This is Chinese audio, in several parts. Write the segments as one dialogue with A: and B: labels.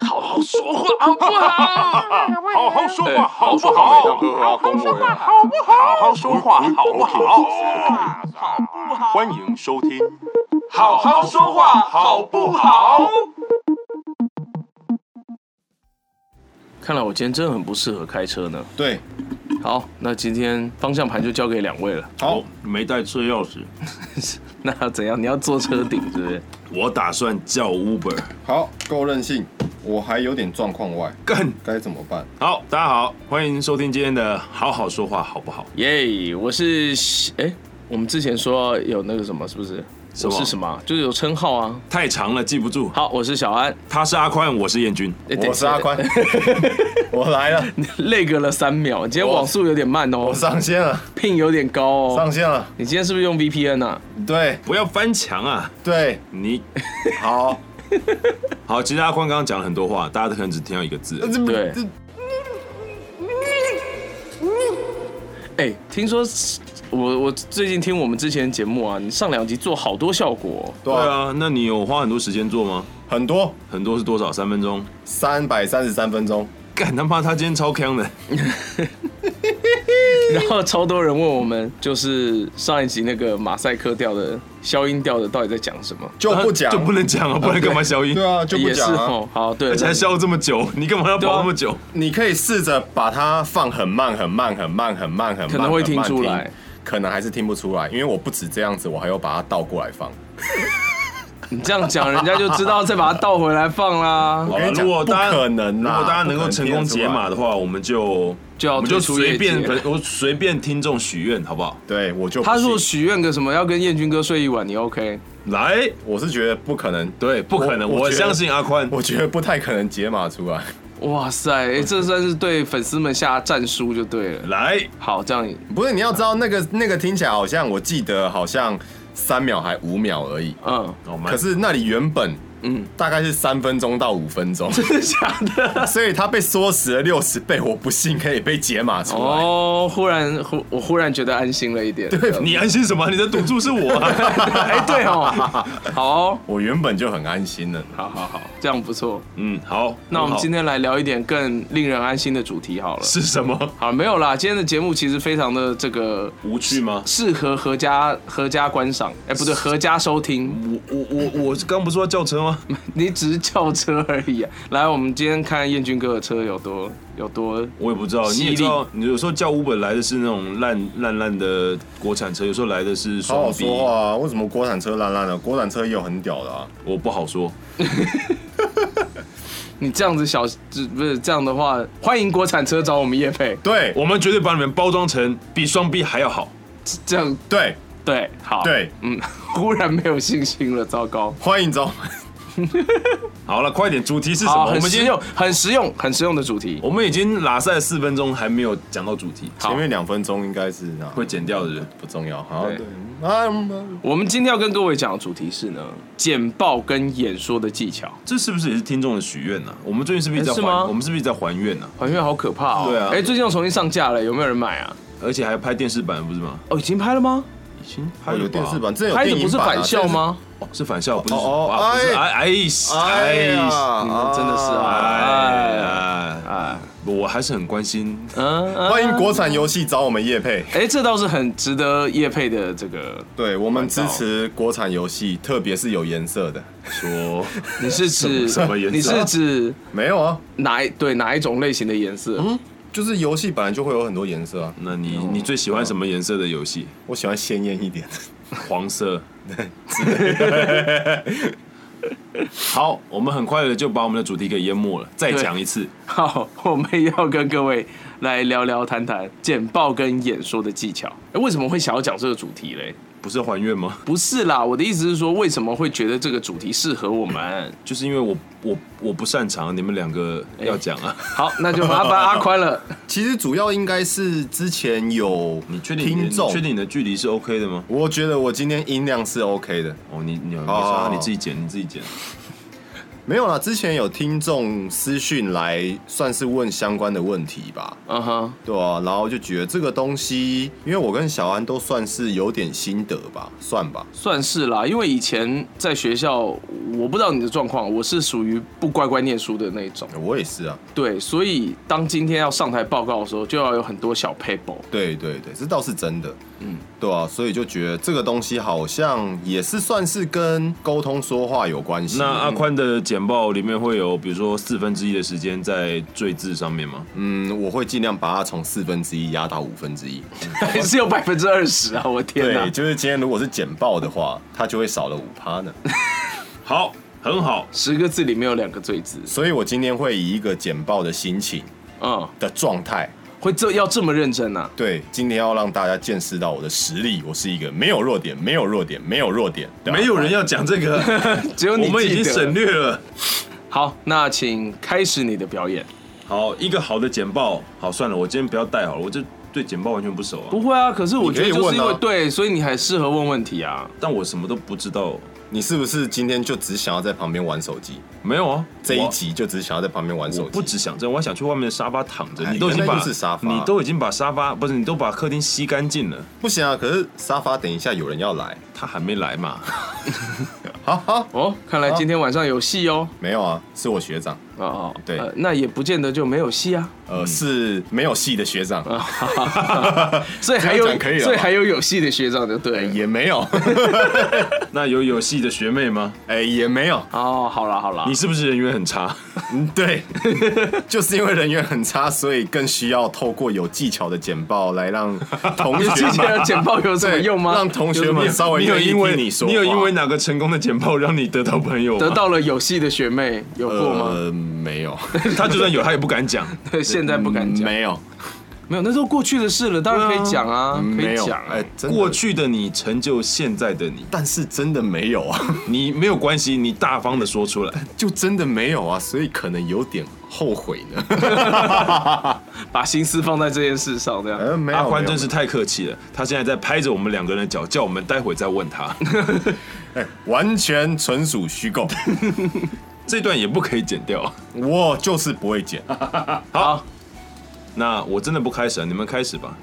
A: 好说话好不好？
B: 好好说
A: 哎
B: 话，好不
A: 好
B: 好？
A: 好好说话，
B: 好不好？好好说话，好不好？
A: 好不好？
B: 欢迎收听，
A: 好好说话好不好？看来我今天真的很不适合开车呢。
C: 对，
A: 好，那今天方向盘就交给两位了。
C: 好，
B: 没带车钥匙，
A: 那怎样？你要坐车顶是不是？
B: 我打算叫 Uber。
C: 好，够任性，我还有点状况外，
B: 干
C: 该怎么办？
B: 好，大家好，欢迎收听今天的《好好说话》，好不好？
A: 耶我是哎、我们之前说有那个什么，是不是？
B: 什么
A: 我是什么啊？就是有称号啊。
B: 太长了，记不住。
A: 好，我是小安。
B: 他是阿宽，我是燕君。
A: 哎
C: 我是阿， 宽，我来了，
A: 等一下累隔了三秒。今天
C: 我
A: 网速有点慢哦
C: 我，上线了，
A: ping 有点高哦。
C: 上线了，
A: 你今天是不是用 VPN 啊？
C: 对
B: 不要翻墙啊！
C: 对，
B: 你
C: 好，
B: 好，其实阿宽刚刚讲了很多话，大家可能只听到一个字。
A: 对
C: 这
A: 哎、听说我我最近听我们之前的节目啊，你上两集做好多效果哦
C: 对
B: 对
C: 啊，
B: 啊，那你有花很多时间做吗？
C: 很多，
B: 很多是多少？三分钟？
C: 三百三十三分钟，
B: 干他妈，他今天超强的。
A: 哦， 然后超多人问我们，就是上一集那个马赛克调的消音调的到底在讲什么？
C: 就不讲，哦
B: 就不能讲啊，不然干嘛消音？
C: 对啊，就不
A: 也是
C: 讲啊，
A: 哦，好对
B: 而，且还消这么久，你干嘛要
A: 对啊
B: 跑那么久？
C: 你可以试着把它放很慢，很慢，很慢，很慢，很慢，
A: 可能会
C: 很慢
A: 听出来，
C: 可能还是听不出来，因为我不止这样子，我还要把它倒过来放。
A: 你这样讲人家就知道再把它倒回来放啦。
B: 好
C: 啊跟
B: 了，
C: 你讲
B: 如果大家
C: 不可能
B: 如
C: 啦
B: 果大家能够成功解码的话，我们就
A: 就要
B: 我们就
A: 退出业
B: 随便
A: 界，
B: 我随便听众许愿，好不好？
C: 对，我就不
A: 他说
C: 信
A: 许愿个什么要跟燕军哥睡一晚，你 OK？
B: 来，
C: 我是觉得不可能，
B: 对，不可能，
C: 我我
B: 我
C: 觉得
B: 相信阿宽，
C: 我觉得不太可能解码出来。
A: 哇塞，哎这算是对粉丝们下战书就对了。
B: 来，
A: 好，这样
C: 不是，你要知道那个那个听起来好像，我记得好像三秒还五秒而已，
A: 嗯，
B: 我们
C: 可是那里原本
A: 嗯
C: 嗯大概是三分钟到五 分钟，
A: 真的假的？
C: 所以它被缩时了六十倍，我不信可以被解码出来。
A: 哦，忽然忽我忽然觉得安心了一点。对，
B: 你安心什么？你的赌注是我 啊。
A: 哎，对哦，好哦
C: 我原本就很安心了，
A: 好好好，这样不错。
B: 嗯，好，
A: 那我们今
B: 天
A: 天来聊一点更令人安心的主题好了。
B: 是什么？
A: 好，没有啦，今天的节目其实非常的这个
B: 无趣吗？
A: 适合合家合家观赏，哎，不对，合家收听。
B: 我我我我刚不是说要叫车吗？
A: 你只是叫车而已、啊。来，我们今天看燕军哥的车有多有多
B: 我也不知道，你
A: 犀利
B: 也知道，你有时候叫 Uber 来的是那种烂烂烂的国产车，有时候来的是
C: 好
B: 双
C: 好
B: 逼，
C: 说话啊！为什么国产车烂烂的？国产车也有很屌的啊！
B: 我不好说。
A: 你这样子小，不是这样的话，欢迎国产车找我们叶配，
C: 对
B: 我们绝对把你们包装成比双 B 还要好。
A: 这样
C: 对
A: 对，好，
C: 对，
A: 嗯，忽然没有信心了，糟糕。
C: 欢迎走。
B: 好了，快点，主题是什么？
A: 好，
B: 我
A: 很
B: 们
A: 实
B: 今天
A: 用，很实用，很实用的主题。
B: 我们已经拉赛四分钟，还没有讲到主题，
A: 好
C: 前面两分钟应该是啊，
B: 会剪掉的人。
C: 不重要。好，
A: 对
C: 对啊，嗯
A: 我们今天要跟各位讲的主题是呢，简报跟演说的技巧。
B: 这是不是也是听众的许愿呢？我们最近是不是一直
A: 哎
B: 在
A: 是吗
B: 还？我们是不是一直在还愿呢？
A: 还原好可怕哦！
B: 对啊
A: 哎，最近又重新上架了，有没有人买啊？
B: 而且还拍电视版，不是吗？
A: 哦，已经拍了吗？
B: 已经拍
C: 哦
B: 了吧
C: 有电视，版，这有
A: 拍
C: 电
A: 的
C: 影
A: 不是
C: 版啊
A: 返校？吗？
B: 哦是返校，不是？
C: 哦哦
B: 啊不是哎
C: 哎
B: 哎
C: 这是哎
B: 哎
C: 呀，
A: 你们真的是啊
B: 哎哎！
A: 哎，
B: 我还是很关心，
A: 嗯，嗯
C: 欢迎国产游戏找我们叶配。
A: 哎，这倒是很值得叶配的这个。
C: 对我们支持国产游戏，特别是有颜色的。
B: 说
A: 你是指
B: 什么颜色
A: 你是指
C: 没有啊，
A: 哪一对哪一种类型的颜色？
C: 嗯，就是游戏本来就会有很多颜色啊。
B: 那你你最喜欢什么颜色的游戏？
C: 我喜欢鲜艳一点。
B: 黄色。好，我们很快的就把我们的主题给淹没了。再讲一次，
A: 好，我们要跟各位来聊聊谈谈简报跟演说的技巧。哎，为什么会想要讲这个主题嘞？
B: 不是还愿吗？
A: 不是啦，我的意思是说，为什么会觉得这个主题适合我们？
B: 就是因为我我我不擅长，你们两个要讲啊。
A: 好，那就麻烦阿宽了。
C: 其实主要应该是之前有
B: 你确定你的
C: 听众
B: 你确，定你的距离是 OK 的吗？
C: 我觉得我今天音量是 OK 的。
B: 哦，你你没事
C: 好好
B: 啊，
C: 好
B: 你自己剪，你自己剪。
C: 没有啦，之前有听众私讯来，算是问相关的问题吧，
A: 嗯哼，
C: 对啊，然后就觉得这个东西，因为我跟小安都算是有点心得吧，算吧，
A: 算是啦，因为以前在学校，我不知道你的状况，我是属于不乖乖念书的那种，
C: 我也是啊，
A: 对，所以当今天要上台报告的时候，就要有很多小 paper。
C: 对对对，这倒是真的，嗯，对啊，所以就觉得这个东西好像也是算是跟沟通说话有关系。
B: 那阿宽的简报里面会有，比如说四分之一的时间在赘字上面吗？
C: 嗯，我会尽量把它从四分之一压到五分之一。
A: 还是有百分之二十啊！我天哪
C: 对，，就是今天如果是简报的话，它就会少了五 趴呢。
B: 好，很 好。
A: 十个字里面有两个“最”字，
C: 所以我今天会以一个简报的心情
A: 嗯，
C: 的状态，
A: 会这要这么认真啊？
C: 对，今天要让大家见识到我的实力，我是一个没有弱点、没有弱点、没有弱点啊的阿宽，
B: 没有人要讲这 个，
A: 只有你
B: 我们已
A: 记
B: 经
A: 得
B: 省略了。
A: 好，那请开始你的表演。
B: 好，一个好的简报，好算了，我今天不要带好了，我这对简报完全不熟啊
A: 不，会啊，可是我觉得
C: 你可以
A: 就是
C: 问啊
A: 因为对，所以你还适合问问题啊。
B: 但我什么都不知道。
C: 你是不是今天就只想要在旁边玩手机？
B: 没有啊，
C: 这一
B: 我
C: 集就只想要在旁边玩手
B: 我
C: 机？
B: 不只想这样，我还想去外面的沙发躺着。
C: 哎
B: 你都已经
C: 原
B: 把
C: 来就是沙发
B: 你都已经把沙发不是，你都把客厅吸干净了，
C: 不行啊！可是沙发等一下有人要来，
B: 他还没来 嘛？
C: 好好
A: 哦，看来
C: 啊
A: 今天晚上有戏哦。
C: 没有啊，是我学长，
A: 哦哦，
C: 对
A: 呃那也不见得就没有戏啊。
C: 呃，是没有戏的 学长，
A: 所以还
C: 这
A: 有
C: 样讲可以了吧哎
A: 所以还有有戏的学长就对了。
C: 也没有，
B: 那有有戏的学妹吗？
C: 哎，也没有，
A: 哦，好啦好啦
B: 你，是不是人缘很差？
C: 嗯，对， 就是因为人缘很差，所以更需要透过有技巧的简报来让同
A: 你
C: 学
A: 之前
C: 们
A: 的简报有什么
C: 对
A: 用吗？
C: 让同学们稍微
B: 你有
C: 愿意
B: 因为
C: 听你说话，
B: 你有因为哪个成功的简报让你得到朋友吗？
A: 得到了有戏的学妹有过吗？
C: 呃没有，嗯
B: 他就算有，他也不敢讲。
A: 对， 现在 不敢讲，
C: 没有，
A: 没有，那都过去的事了，当然可以讲啊，可
C: 没
A: 以
C: 有，
A: 讲啊
C: 哎， 真的
B: 过，去的你成就现在的你，
C: 但是真的没有啊，
B: 你没有关系，你大方的说出来。
C: 就真的没有啊，所以可能有点后悔呢。
A: 把心思放在这件事上，这样。
C: 呃，没有，
B: 阿宽
C: 没有
B: 真是太客气了，他现在在拍着我们两个人的脚，叫我们待会再问他。
C: 完全纯属虚 构，
B: 这段也不可以剪掉。
C: 我就是不会
A: 啊
C: 剪。
A: 好，
B: 那我真的不开始、啊，你们开始吧。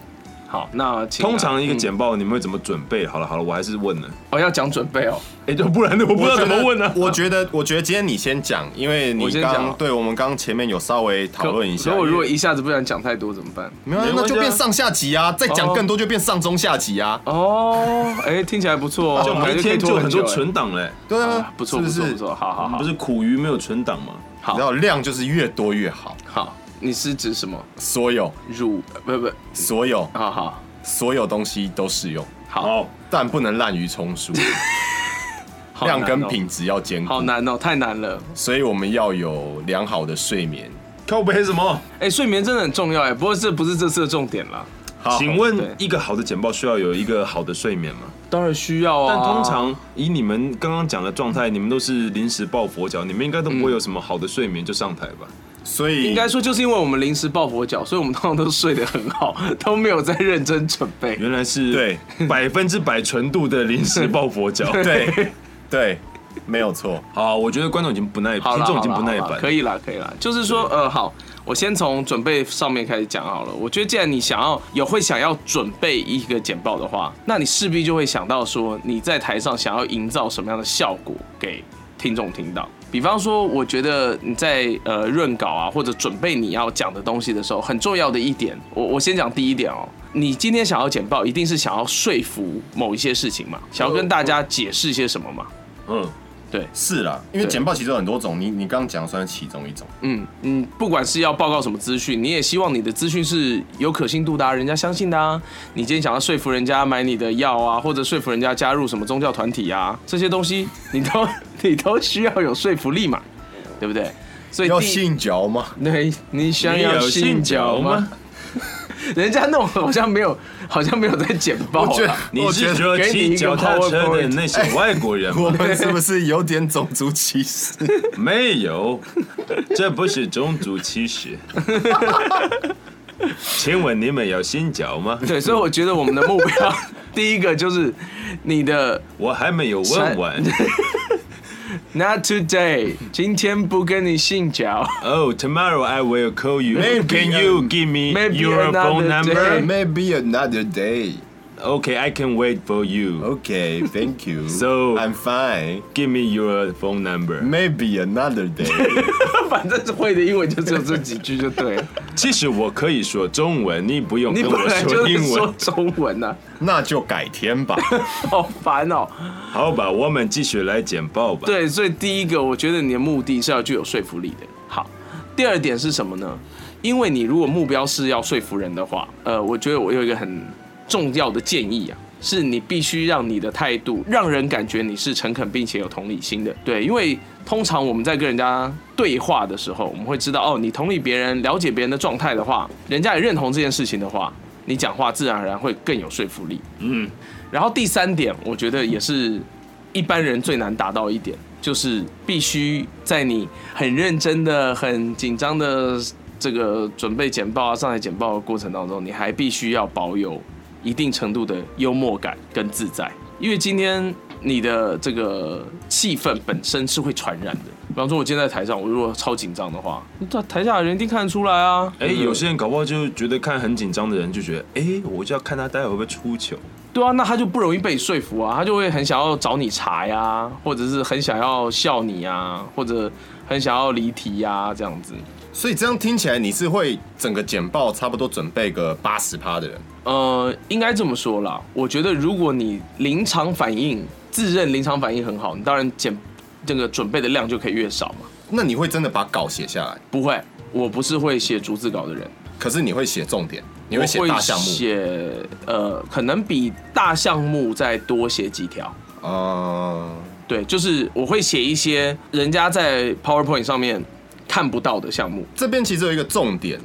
A: 好，那请啊
B: 通常一个简报你们会怎么准备？好了好了，我还是问了。
A: 哦要讲准备哦，
B: 哎、就不然我不知道怎么问呢、
C: 我觉得，我觉得今天你先讲，因为
A: 我
C: 你
A: 先讲
C: 刚
A: 啊
C: 对我们刚前面有稍微讨
A: 可
C: 论一下。
A: 可我如果一下子不想讲太多怎么办？
C: 没有啊
B: 没，关
C: 那
B: 系啊
C: 就变上下集啊，再
A: 哦
C: 讲更多就变上中下集啊。
A: 哦，哎，听起来不错哦，
B: 就
A: 感
B: 明
A: 觉可以
B: 天
A: 拖
B: 就很多
A: 久哎
B: 存档嘞、
C: 对啊
A: 啊，不错
C: 是
A: 不
C: 是
A: 错不错，好好好
B: 不，是苦于没有存档吗？
A: 好
C: 你知道量就是越多越好，
A: 好，你是指什么？
C: 所有
A: 乳呃不不，
C: 所有
A: 好好
C: 所有东西都适用，
A: 好
B: 好，
C: 但不能滥竽充数，
A: 好，
C: 量跟
A: 难哦
C: 品质要兼顾
A: 好。难哦，太难了。
C: 所以我们要有良好的睡眠。
B: 靠背什么？
A: 哎，睡眠真的很重要哎，不过这不是这次的重点啦，
C: 好
B: 请
A: 对
B: 问一个好的简报需要有一个好的睡眠吗？
A: 当然需要啊。
B: 但通常以你们刚刚讲的状态，你们都是临时抱佛脚，你们应该都不会有什么好的睡眠就上台吧？
C: 所以
A: 应该说，就是因为我们临时抱佛脚，所以我们通常都睡得很好，都没有在认真准备。
B: 原来是
C: 对
B: 百分之百纯度的临时抱佛 脚。
C: 对对，没有错。
B: 好，我觉得观众已经不耐，
A: 好
B: 听
A: 了，
B: 众已经不耐
A: 好啦好啦
B: 烦。
A: 可以啦，可以啦。就是说，呃，好，我先从准备上面开始讲好了。我觉得，既然你想要有会想要准备一个简报的话，那你势必就会想到说，你在台上想要营造什么样的效果给听众听到。比方说，我觉得你在呃润稿啊，或者准备你要讲的东西的时候，很重要的一点，我我先讲第一点哦。你今天想要简报，一定是想要说服某一些事情嘛，想要跟大家解释些什么嘛。
B: 嗯，
A: 对，
C: 是啦，因为
A: 对
C: 简报其实有很多种，你你刚刚讲算是其中一种。
A: 嗯嗯，不管是要报告什么资讯，你也希望你的资讯是有可信度的、啊，人家相信的啊。你今天想要说服人家买你的药啊，或者说服人家加入什么宗教团体啊，这些东西你都你都需要有说服力嘛，对不对？所以
C: 要
A: 第一
C: 信教吗？
A: 对，你想
B: 你
A: 要
B: 有
A: 信
B: 信
A: 教
B: 教
A: 吗
B: 吗？
A: 人家那种好像没有，好像没有在简报啊
C: 我觉得
A: 啦。
B: 你
C: 哦我觉
B: 是
C: 得
B: 说
A: 给你一
B: 骑脚
A: 个
B: 踏车的
A: PowerPoint
B: 那些外国人
C: 我
B: 吗？
C: 们是不是有点种族歧 视？
B: 没有，这不是种族歧 视。请问你们有信教吗？
A: 对，所以我觉得我们的目 标，第一个就是你的
B: 我还没有问完。
A: Not today，今天不跟你性交。
B: Oh, tomorrow I will call you.
C: Maybe
B: can you give me
A: maybe
B: your phone
A: another
B: number?
C: Maybe another day.
B: Okay, I can wait for you.
C: Okay, thank you.
B: So-
C: I'm fine.
B: Give me your phone number.
C: Maybe another day.
A: 反正是会的英文就只有这几句就对了，
B: 其实我可以说中文，你不用
A: 你
B: 跟
A: 本
B: 我
A: 来就
B: 说
A: 是
B: 英
A: 说
B: 文。
A: 中文呐、
C: 那就改天 吧。
A: 好烦哦、
B: 好吧，我们继续来简报吧。
A: 对，所以第一个，我觉得你的目的是要具有说服力的。好，第二点是什么呢？因为你如果目标是要说服人的话，呃，我觉得我有一个很重要的建议啊，是你必须让你的态度让人感觉你是诚恳并且有同理心的。对，因为通常我们在跟人家对话的时候，我们会知道哦，你同理别人、了解别人的状态的话，人家也认同这件事情的话，你讲话自然而然会更有说服力。
B: 嗯，
A: 然后第三点，我觉得也是一般人最难达到一点，就是必须在你很认真的、很紧张的这个准备简报啊、上台简报的过程当中，你还必须要保有一定程度的幽默感跟自在，因为今天你的这个气氛本身是会传染的。比方说，我今天在台上，我如果超紧张的话，那台下的人一定看得出来啊。
B: 哎，有些人搞不好就觉得看很紧张的人就觉得，哎，我就要看他待会会不会出糗。
A: 对啊，那他就不容易被说服啊，他就会很想要找你茬呀，或者是很想要笑你啊，或者很想要离题呀，这样子。
C: 所以这样听起来，你是会整个简报差不多准备个八十趴的人。
A: 呃，应该这么说啦，我觉得如果你临场反应自认临场反应很好，你当然减这个准备的量就可以越少嘛。
C: 那你会真的把稿写下来，
A: 不会，我不是会写逐字稿的人，
C: 可是你会写重点，你会写
A: 我
C: 大项目。
A: 写呃，可能比大项目再多写几条。
C: 嗯，
A: 对，就是我会写一些人家在 PowerPoint 上面看不到的项目。
C: 这边其实有一个重点。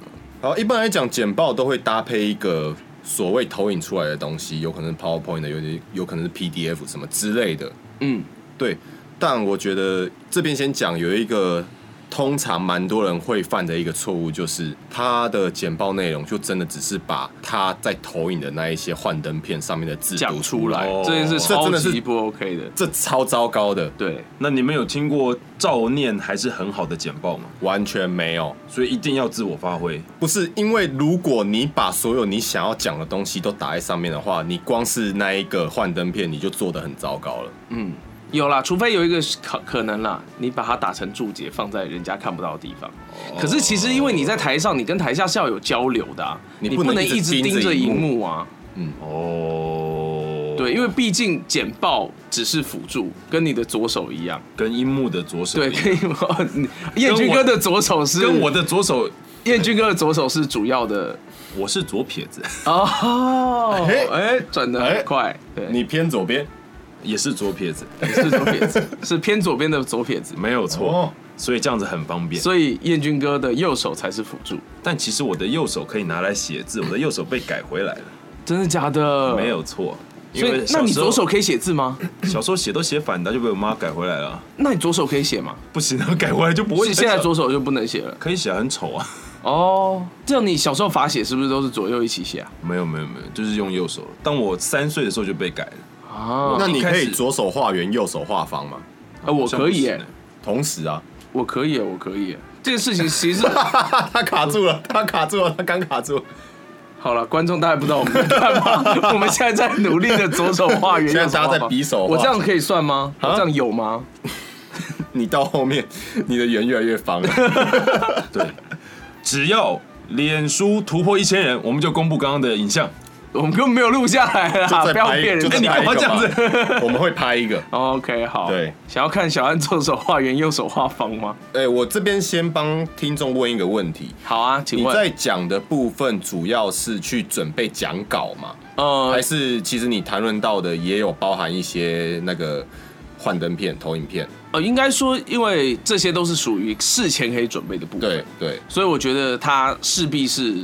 C: 哦好，一般来讲，简报都会搭配一个所谓投影出来的东西，有可能是 PowerPoint 的，有点有可能是 PDF 什么之类的。
A: 嗯，
C: 对，但我觉得这边先讲有一个通常蛮多人会犯的一个错误，就是他的简报内容就真的只是把他在投影的那一些幻灯片上面的字
A: 讲
C: 读
A: 出来，
B: 哦
A: 这件事
C: 这
A: 超
C: 真的是
A: 级不 OK 的。
C: 这超糟糕的，
A: 对，
B: 那你们有听过照念还是很好的简报吗？
C: 完全没有。
B: 所以一定要自我发挥。
C: 不是因为如果你把所有你想要讲的东西都打在上面的话，你光是那一个幻灯片你就做的很糟糕了。
A: 嗯，有啦，除非有一个可可能啦，你把它打成注解，放在人家看不到的地方。
C: 哦
A: 可是其实因为你在台上，你跟台下是要有交流的、啊，
C: 你
A: 你
C: 不能
A: 能
C: 一直
A: 一直
C: 盯着
A: 盯着
C: 荧
A: 荧
C: 幕
A: 幕啊。
B: 哦，
A: 对，因为毕竟简报只是辅助，跟你的左手一样。
B: 跟樱木的左手一
A: 对，
B: 样，
A: 跟你你燕军哥的左手是
B: 跟我的左手，
A: 燕军哥的左手是主要的
B: 我是左撇子，
A: 哦
C: 哎，
A: 哎，转的
C: 哎
A: 很快，对，
C: 你偏左边，
B: 也是左撇子，
A: 你是左撇子，是偏左边的左撇子。
B: 没有错。
C: 哦
B: 所以这样子很方便。
A: 所以燕军哥的右手才是辅助，
B: 但其实我的右手可以拿来写字，我的右手被改回来了，
A: 真的假的？
B: 没，有错。因
A: 嗯所以
B: 为小
A: 那你
B: 时候
A: 左手可以写字吗？
B: 小时候写都写反的，就被我妈改回来了。
A: 那你左手可以写吗？
B: 不行，然后改回来就不会
A: 是
B: 写。
A: 现在左手就不能写了
B: 可以写很丑啊？
A: 哦。这样你小时候罚写是不是都是左右一起写啊？
B: 没有没有没有，就是用右手。当我三岁的时候就被改了。
A: 啊，
C: 那
B: 哦一
C: 你
B: 开
C: 可以
B: 始
C: 左手画圆，右手画方吗？
A: 呃我可以耶、
C: 同时啊，
A: 我可以耶、我可以耶、这件事情其实
C: 他卡住了，他卡住了，他刚卡住了。
A: 好了，观众大概不知道我们在干嘛，我们现在在努力的左手画圆，
C: 现在
A: 右手画
C: 大家在
A: 方
C: 比手画
A: 我这样可以算吗？我这样有吗？
C: 你到后面，你的圆越来越 方了。
B: 对，只要脸书突破一千人，我们就公布刚刚的影像。
A: 我们根本没有录下来啦，
C: 再
A: 不要
C: 拍，
A: 骗人
C: 就
A: 家
C: 再
B: 哎。你
C: 拍
B: 干嘛
C: 一个
B: 这样
C: 嘛？ 我们会拍一个。
A: OK，好。
C: 对，
A: 想要看小安左手画圆，右手画方吗？
C: 哎，我这边先帮听众问一个问题：
A: 好啊，请
C: 你
A: 问，
C: 在讲的部分主要是去准备讲稿吗？还
A: 呃，
C: 是其实你谈论到的也有包含一些那个幻灯片、投影片？
A: 呃，应该说，因为这些都是属于事前可以准备的部分，
C: 对对，
A: 所以我觉得它势必是，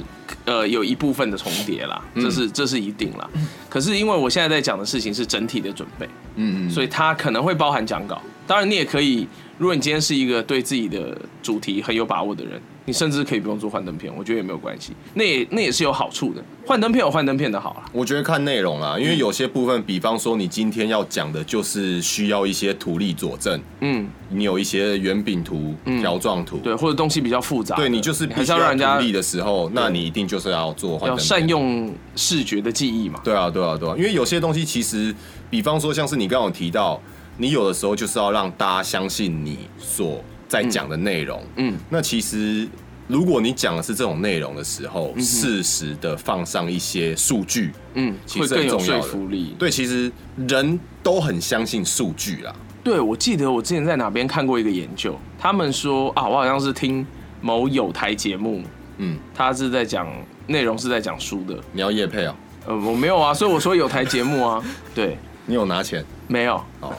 A: 呃，有一部分的重叠啦，
C: 嗯
A: 这是这是一定啦。可是因为我现在在讲的事情是整体的准备，
C: 嗯嗯，
A: 所以它可能会包含讲稿。当然，你也可以，如果你今天是一个对自己的主题很有把握的人，你甚至可以不用做幻灯片，我觉得也没有关系，那也那也是有好处的。幻灯片有幻灯片的好啦，
C: 我觉得看内容啊啦，因为有些部分，比方说你今天要讲的就是需要一些图例佐证，
A: 嗯，
C: 你有一些圆饼图、条状图，
A: 对，或者东西比较复杂的，
C: 对你就是
A: 你
C: 必
A: 还
C: 须
A: 是要让人
C: 图
A: 家
C: 例的时候，那你一定就是要做幻
A: 要
C: 灯片
A: 善用视觉的记忆嘛。
C: 对啊，对啊，对啊，因为有些东西其实，比方说像是你刚刚有提到，你有的时候就是要让大家相信你所在讲的内容。
A: 嗯嗯
C: 那其实如果你讲的是这种内容的时候，适时的放上一些数据，
A: 嗯，
C: 其
A: 会
C: 实
A: 更
C: 很
A: 有
C: 重
A: 说
C: 要的。
A: 服力。
C: 对，其实人都很相信数据啦。
A: 对，我记得我之前在哪边看过一个研究，他们说啊，我好像是听某有台节目，
C: 嗯，
A: 他是在讲内容是在讲书的，
C: 你要业配哦、
A: 呃，我没有啊，所以我说有台节目 啊，对，
C: 你有拿钱？
A: 没有，
C: 哦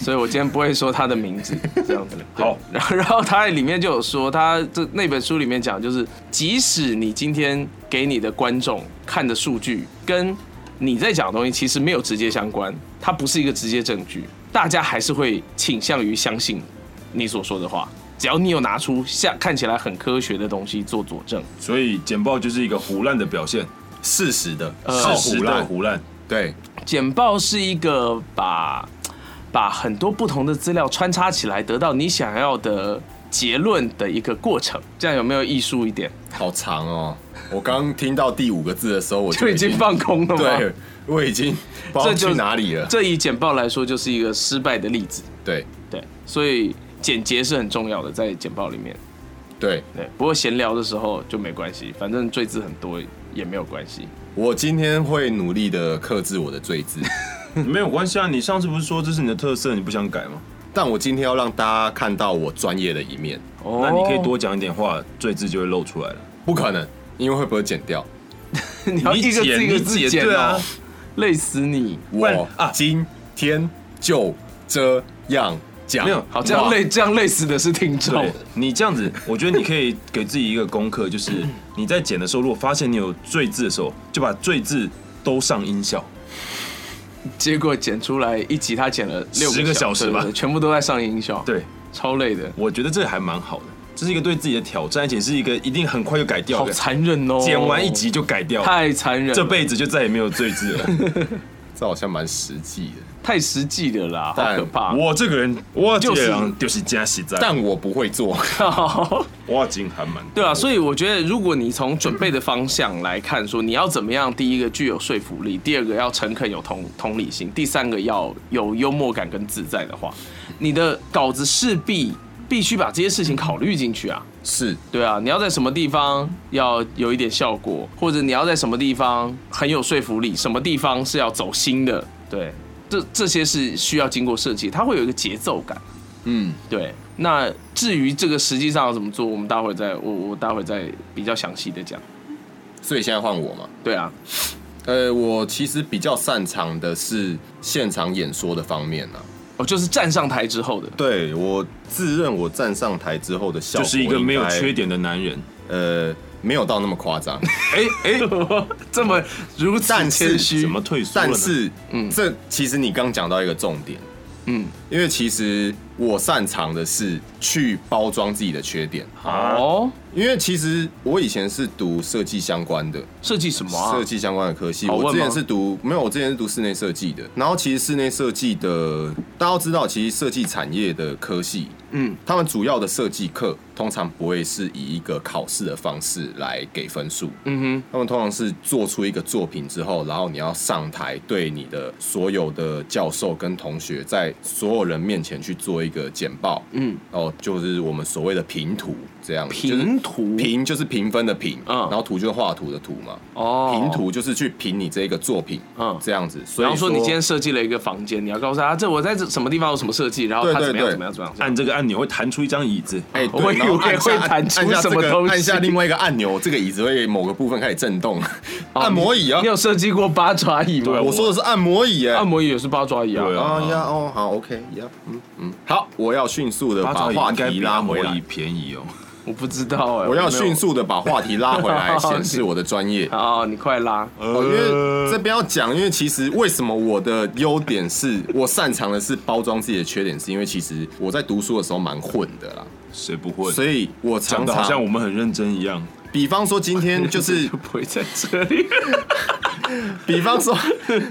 A: 所以我今天不会说他的名字，这样子。对
B: 好，
A: 然后然后他里面就有说，他这那本书里面讲，就是即使你今天给你的观众看的数据跟你在讲的东西其实没有直接相关，它不是一个直接证据，大家还是会倾向于相信你所说的话。只要你有拿出像看起来很科学的东西做佐证，
B: 所以简报就是一个胡乱的表现，
C: 适时的，
A: 嗯
B: 事
C: 呃、
A: 哦
B: 实
C: 胡
B: 的
C: 乱，
B: 胡乱。
C: 对，
A: 简报是一个把把很多不同的资料穿插起来，得到你想要的结论的一个过程。这样有没有艺术一点？
C: 好长哦、我刚听到第五个字的时候，我
A: 就
C: 就
A: 已经放空了吗？
C: 对，，我已经不知道
A: 这就
C: 去哪里了。
A: 这以简报来说，就是一个失败的例子。
C: 对
A: 对，所以简洁是很重要的，在简报里面。
C: 对，
A: 对，不过闲聊的时候就没关系，反正赘字很多也没有关系。
C: 我今天会努力的克制我的罪字，
B: 没有关系啊，你上次不是说这是你的特色，你不想改吗？
C: 但我今天要让大家看到我专业的一面，
A: 哦
B: 那你可 以多讲一点话，罪字就会露出来了。
C: 不可能，因为会不会剪掉？
A: 你要
B: 你
A: 一个
B: 剪
A: 字一个
B: 你
A: 字
B: 剪
A: 剪
B: 对啊
A: 哦，累死你！
B: 然
C: 我
B: 啊
C: 今天就这样讲，
B: 没有
A: 好，这样
C: 哇
A: 累，这样累死的是听众
B: 对。你这样子，我觉得你可以给自己一个功课， 就是你在剪的时候，如果发现你有赘字的时候，就把赘字都上音效。
A: 结果剪出来一集，他剪了六
B: 10个小时吧
A: 对对对全部都在上音效，，
B: 对，
A: 超累的，
B: 我觉得这个还蛮好的，这是一个对自己的挑战，而且是一个一定很快就改掉
A: 好
B: 的，
A: 残忍哦！
B: 剪完一集就改掉，
A: 太残忍了，
B: 这辈子就再也没有赘字 了。
C: 这好像蛮实际的，
A: 太实际了啦，好
C: 但
A: 可怕！
B: 我这个人，我
A: 就
B: 就是是就是加实在，
C: 但我不会做。
A: 靠，
B: 我经还蛮
A: 对啊，所以我觉得，如果你从准备的方向来看，说你要怎么样，第一个具有说服力，第二个要诚恳有同同理心，第三个要有幽默感跟自在的话，你的稿子势必必须把这些事情考虑进去啊。
C: 是
A: 对啊，你要在什么地方要有一点效果，或者你要在什么地方很有说服力，什么地方是要走心的，对，这这些是需要经过设计，它会有一个节奏感。
C: 嗯，
A: 对，那至于这个实际上要怎么做，我们待会再我我待会再比较详细的讲。
C: 所以现在换我嘛。
A: 对啊，
C: 呃，我其实比较擅长的是现场演说的方面啊。
A: 哦，就是站上台之后的，
C: 对我自认我站上台之后的效
B: 就
C: 果，
B: 是一个没有缺，点的男人。
C: 呃，没有到那么夸张。
B: 哎哎，
A: 这么如此
C: 但是
A: 谦虚
B: 怎，么退缩了呢？
C: 啊但是，嗯，这其实你刚讲到一个重点，
A: 嗯，
C: 因为其实我擅长的是去包装自己的缺点，
B: 啊
A: 哦，
C: 因为其实我以前是读设计相关的，
A: 设计什么啊？
C: 设计相关的科系，
A: 好问吗
C: 我之前是读没有，我之前是读室内设计的。然后其实室内设计的，大家都知道，其实设计产业的科系，
A: 嗯，
C: 他们主要的设计课通常不会是以一个考试的方式来给分数，
A: 嗯
C: 他们通常是做出一个作品之后，然后你要上台对你的所有的教授跟同学，在所有人面前去做一个简报，
A: 哼，嗯，
C: 哦，就是我们所谓的评图这样，
A: 平图
C: 就是评就是评分的评，
A: 嗯
C: 然后图就是画图的图嘛，
A: 哦，
C: 评图就是去评你这个作品，
A: 嗯
C: 这样子。所
A: 比方
C: 以
A: 说你今天设计了一个房间，你要告诉他这我在这什么地方有什么设计，然后他
C: 对对
A: 怎么样
C: 对
A: 怎么样怎么样。
B: 按这个按钮会弹出一张椅子。
C: 哎，对
A: 我以
C: 然后按
A: 为会
C: 下
A: 弹出
C: 按下
A: 什么
C: 这个
A: 东西
C: 按下另外一个按钮，这个椅子会某个部分开始震动。 按摩椅啊
A: 哦你，有设计过八爪椅吗？
B: 对
C: 我说的是按摩椅哎
A: 按。摩椅也是八爪椅啊。
B: 对啊
C: 啊呀哦，好 OK 呀，嗯嗯，好，我要迅速的
B: 八爪
C: 把
B: 鱼
C: 话
B: 啊应该
C: 题
B: 比
C: 拉
B: 按摩
C: 回
B: 椅
C: 来。
B: 便宜哦。
A: 我不知道哎、
C: 我要
A: 没有
C: 迅。速的把话题拉 回来，
A: 好
C: 显示我的专业。
A: 哦，你快拉！
C: 哦，因
B: 呃
C: 为这边要讲，因为其实为什么我的优点是我擅长的是包装自己的缺点，是因为其实我在读书的时候蛮混的啦，
B: 谁不会？
C: 所以我
B: 讲
C: 常
B: 的好像
C: 常，
B: 我们很认真一样。
C: 比方说今天 就是
A: 就，不会在这 里。
C: 比方说，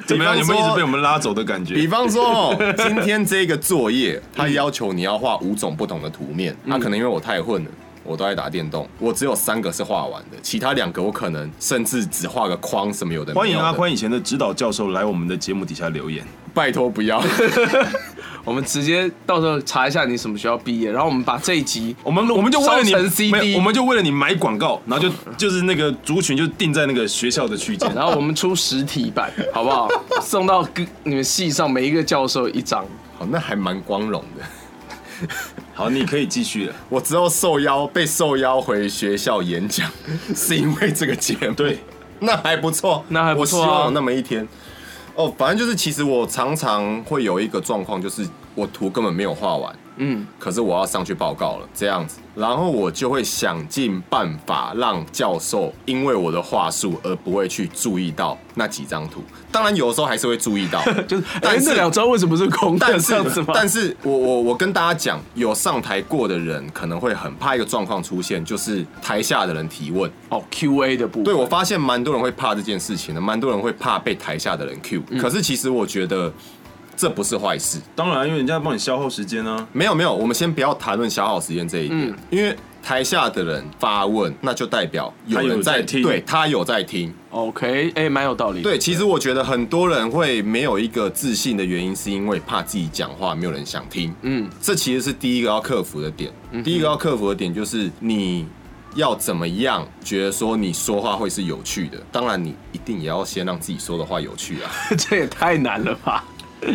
B: 怎么样？有没有一直被我
C: 们？
B: 们拉走的感觉
C: 比？方说哦，今天这个作业，它要求你要画五种不同的图面，
B: 嗯
C: 那、可能因为我太混了。我都在打电动，我只有三个是画完的，其他两个我可能甚至只画个框什么有的。
B: 欢迎
C: 没有的
B: 阿，宽以前的指导教授来我们的节目底下留言。
C: 拜托不要。
A: 我们直接到时候查一下你什么学校毕业，然后我们把这一集，
B: 我们我们就为了你
A: 烧成 CD
B: 没有我们就为了你买广告，然后就就是那个族群就定在那个学校的区 间。
A: 然后我们出实体版，好不好？送到各你们系上每一个教授一张。
C: 好，那还蛮光荣的。
B: 好，你可以继续了。
C: 我之后受邀被受邀回学校 演讲，是因为这个节目。
B: 对，
C: 那还不错，
A: 那还不错啊
C: 我希望有那么一天。哦，反正就是，其实我常常会有一个状况，就是我图根本没有画完，
A: 嗯，
C: 可是我要上去报告了，这样子，然后我就会想尽办法让教授因为我的话术而不会去注意到那几张图。当然，有的时候还是会注意 到，
A: 就是，
C: 但
A: 哎，
C: 是
A: 那两周为什么是 空的？
C: 但是
A: 这样子吗？
C: 但是我我我跟大家讲，有上台过的人可能会很怕一个状况出现，就是台下的人提问。
A: 哦，Q&A 的部分，
C: 对，我发现蛮多人会怕这件事情的，蛮多人会怕被台下的人 Q、可
A: 嗯
C: 是其实我觉得这不是坏事。
B: 当然，啊因为人家帮你消耗时间啊。
C: 没有没有，我们先不要谈论消耗时间这一点，
A: 嗯
C: 因为台下的人发问，那就代表有
B: 他有
C: 人在
B: 在听
C: 对他有在听。
A: OK，哎，蛮有道理。
C: 对，，其实我觉得很多人会没有一个自信的原因，是因为怕自己讲话没有人想听。
A: 嗯，
C: 这其实是第一个要克服的点。第一个要克服的点就是你要怎么样觉得说你说话会是有趣的。当然，你一定也要先让自己说的话有趣啊。
A: 这也太难了吧？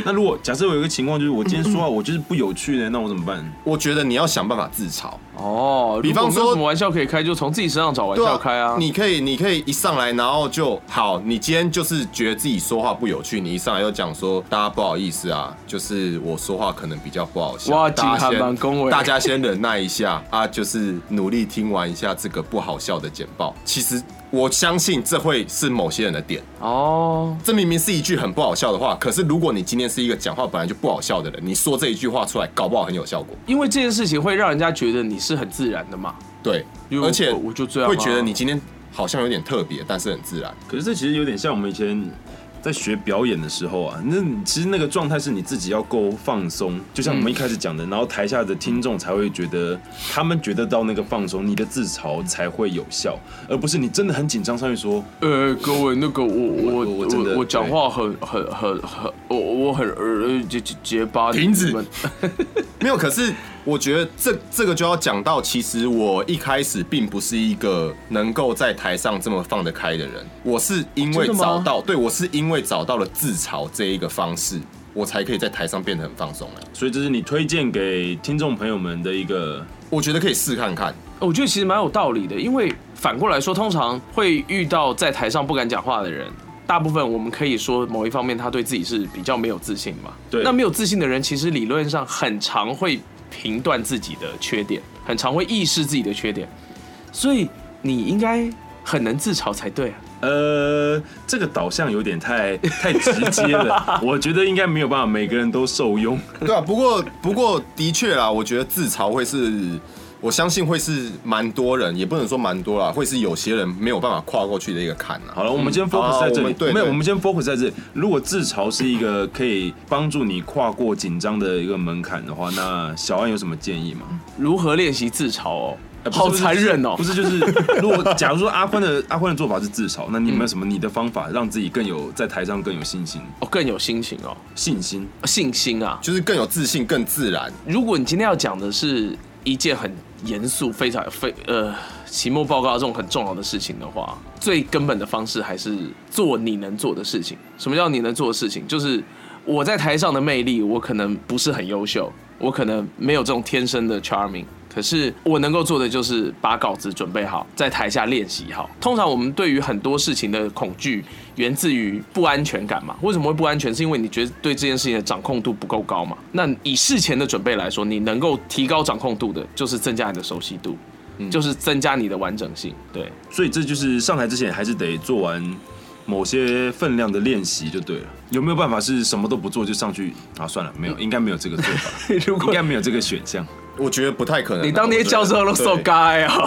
B: 那如果假设我有一个情况，就是我今天说话我就是不有趣呢，那我怎么办？
C: 我觉得你要想办法自嘲，
A: 哦，
C: 比方
A: 如果没有
C: 说
A: 什么玩笑可以开，就从自己身上找玩笑开啊。
C: 你可以，你可以一上来，然后就好。你今天就是觉得自己说话不有趣，你一上来就讲说大家不好意思啊，就是我说话可能比较不好笑，
A: 哇
C: 大家
A: 景涵蛮
C: 先
A: 恭维
C: 大家先忍耐一下 啊，就是努力听完一下这个不好笑的简报。其实我相信这会是某些人的点。
A: 哦，
C: 这明明是一句很不好笑的话，可是如果你今天是一个讲话本来就不好笑的人，你说这一句话出来，搞不好很有效果。
A: 因为这件事情会让人家觉得你是很自然的嘛。
C: 对，
A: 因为我
C: 而且
A: 我就这样啊
C: 会觉得你今天好像有点特别，但是很自然。
B: 可是这其实有点像我们以前在学表演的时候啊，那你其实那个状态是你自己要够放松，就像我们一开始讲的，然后台下的听众才会觉得他们觉得到那个放松，你的自嘲才会有效，而不是你真的很紧张上去说，
A: 呃，各位，那个我我
B: 我
A: 我
B: 真的
A: 我讲话很很很很我我很呃结结结巴。
C: 停止
A: 你们
C: 没有，可是我觉得这这个就要讲到，其实我一开始并不是一个能够在台上这么放得开的人，我是因为
A: 真的吗
C: 找到，对我是因为找到了自嘲这一个方式，我才可以在台上变得很放松来。啊
B: 所以这是你推荐给听众朋友们的一个
C: 我觉得可以试看看，
A: 我觉得其实蛮有道理的，因为反过来说，通常会遇到在台上不敢讲话的人，大部分我们可以说某一方面他对自己是比较没有自信嘛。
B: 对
A: 那没有自信的人，其实理论上很常会评断自己的缺点，很常会意识自己的缺点，所以你应该很能自嘲才对啊。
B: 呃，这个导向有点太太直接了，我觉得应该没有办法每个人都受用。
C: 对啊，不过不过的确啦，我觉得自嘲会是，我相信会是蛮多人，也不能说蛮多啦，会是有些人没有办法跨过去的一个坎啊。
B: 好了，我们先
C: 好
B: focus 在
C: 我
B: 这
C: 们
B: 里，
C: 对
B: 没有，
C: 对
B: 我们先 focus 在这里。如果自嘲是一个可以帮助你跨过紧张的一个门槛的话，那小安有什么建议吗？
A: 如何练习自嘲哦？
B: 呃不是
A: 好残忍哦！
B: 不是就是，如 果假如说阿宽的阿宽的做法是自嘲，那你有没有什么你的方法让自己更有在台上更有信心？
A: 哦，更有心情哦，
B: 信心
A: 信心啊！
C: 就是更有自信、更自然。
A: 如果你今天要讲的是一件很严肃、非常非呃期末报告这种很重要的事情的话，最根本的方式还是做你能做的事情。什么叫你能做的事情？就是我在台上的魅力，我可能不是很优秀，我可能没有这种天生的 charming。可是我能够做的就是把稿子准备好，在台下练习好。通常我们对于很多事情的恐惧源自于不安全感嘛？为什么会不安全？是因为你觉得对这件事情的掌控度不够高嘛？那以事前的准备来说，你能够提高掌控度的，就是增加你的熟悉度。
C: 嗯
A: 就是增加你的完整性。对，
B: 所以这就是上台之前还是得做完某些分量的练习就对了。有没有办法是什么都不做就上去啊？算了，没 有，应该没有这个做法，
A: 如
B: 应
A: 果
B: 该没有这个选项。
C: 我觉得不太可能啊。
A: 你当天
C: 我觉
A: 教
C: 得
A: 授都受
C: 对
A: 该啊，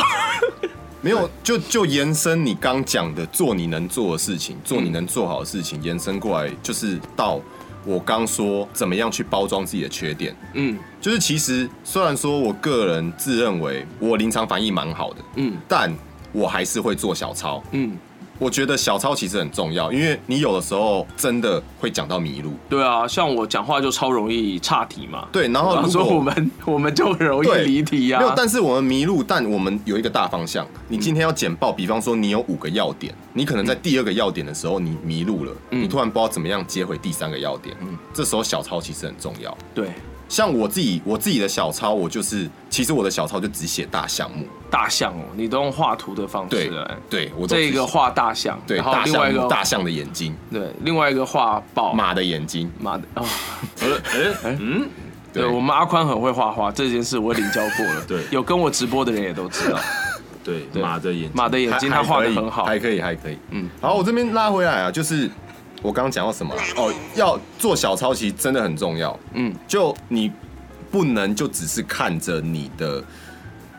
C: 没有，就就延伸你刚讲的，做你能做的事情，做你能做好的事情，延伸过来就是到我刚说怎么样去包装自己的缺点。
A: 嗯
C: 就是其实虽然说我个人自认为我临场反应蛮好的，
A: 嗯
C: 但我还是会做小抄。
A: 嗯，
C: 我觉得小抄其实很重要，因为你有的时候真的会讲到迷路。
A: 对啊，像我讲话就超容易岔题嘛。
C: 对，然后
A: 然后
C: 如
A: 说
C: 果
A: 我们 我们就很容易
C: 对
A: 离题呀、
C: 没有，
A: 啊。
C: 但是我们迷路，但我们有一个大方向。你今天要简报，比方说你有五个要点，你可能在第二个要点的时候你迷路了，
A: 嗯
C: 你突然不知道怎么样接回第三个要点，这时候小抄其实很重要。
A: 对，
C: 像我自己，我自己的小抄，我就是其实我的小抄就只写大项目，
A: 大象哦，你都用画图的方式
C: 对
A: 来。
C: 对，我都
A: 啊这
C: 只
A: 个画大象，
C: 对
A: 然后
C: 大
A: 另外
C: 象
A: 一个哦
C: 目大象的眼睛，
A: 对，另外一个画豹
C: 马的眼睛，
A: 马的哦，
B: 呃，哎，嗯，
A: 对我们阿宽很会画画，这件事我领教过 了。
B: 对
A: 有跟我直播的人也都知道，
B: 对，
A: 对
B: 马的眼睛，
A: 马的眼睛
C: 还
A: 他画的
C: 还可以
A: 很好。
C: 还可以，还可以。嗯，好，我这边拉回来啊，就是我刚刚讲到什么啊、哦，要做小抄其实真的很重要。
A: 嗯
C: 嗯，就你不能就只是看着你的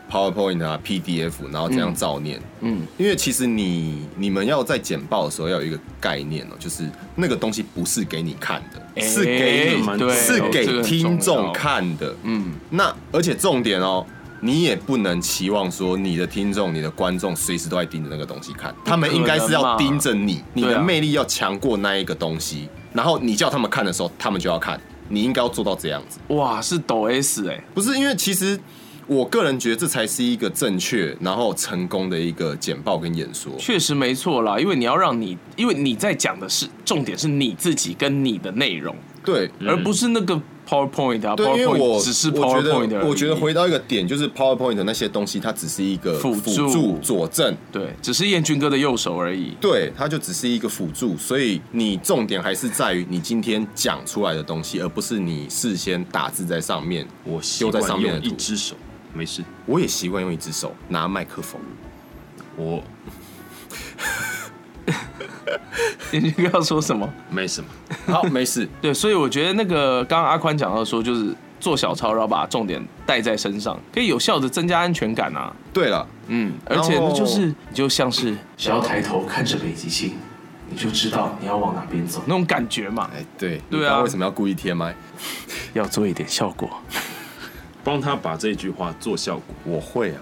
C: PowerPoint 啊、PDF，然后这样照念。
A: 嗯
C: 因为其实你你们要在简报的时候要有一个概念哦，就是那个东西不是给你看的，
A: 哎
C: 是给你
B: 蛮
A: 对
C: 是
A: 这
C: 给
A: 个很
C: 听
A: 重
C: 众
A: 要
C: 看的。
A: 嗯，
C: 那而且重点哦，你也不能期望说你的听众、你的观众随时都在盯着那个东西看，他们应该是要盯着你，你
A: 对
C: 的
A: 啊
C: 魅力要强过那一个东西，然后你叫他们看的时候，他们就要看，你应该要做到这样子，
A: 哇，是抖 S 哎、
C: 不是因为其实。我个人觉得这才是一个正确然后成功的一个简报跟演说。
A: 确实没错啦，因为你要让你，因为你在讲的是重点是你自己跟你的内容，
C: 对，
A: 而不是那个 PowerPoint 啊
C: 嗯对，因为我
A: ，PowerPoint 只是
C: 我觉
A: PowerPoint 而
C: 得，
A: 已
C: 我觉得回到一个点，就是 PowerPoint 的那些东西，它只是一个
A: 辅助
C: 助佐证，
A: 对，只是燕军哥的右手而已。
C: 对，它就只是一个辅助，所以你重点还是在于你今天讲出来的东西，而不是你事先打字在上面。
B: 我
C: 丢在上
B: 习惯
C: 面的
B: 用一
C: 图
B: 只手，没事，
C: 我也习惯用一只手拿麦克风，
B: 我
A: 燕军哥要说什么？
B: 没什么。
C: 好，没事。
A: 对，所以我觉得那个刚刚阿宽讲到说，就是做小抄，然后把重点带在身上，可以有效的增加安全感啊。
C: 对了，
A: 嗯，而且那就是你就像是只要抬头看着北极星，你就知道你要往哪边走那种感觉嘛。
C: 哎，对，
A: 对啊
C: 你知道为什么要故意贴麦？
A: 要做一点效果，
B: 帮他把这句话做效果。
C: 我会啊，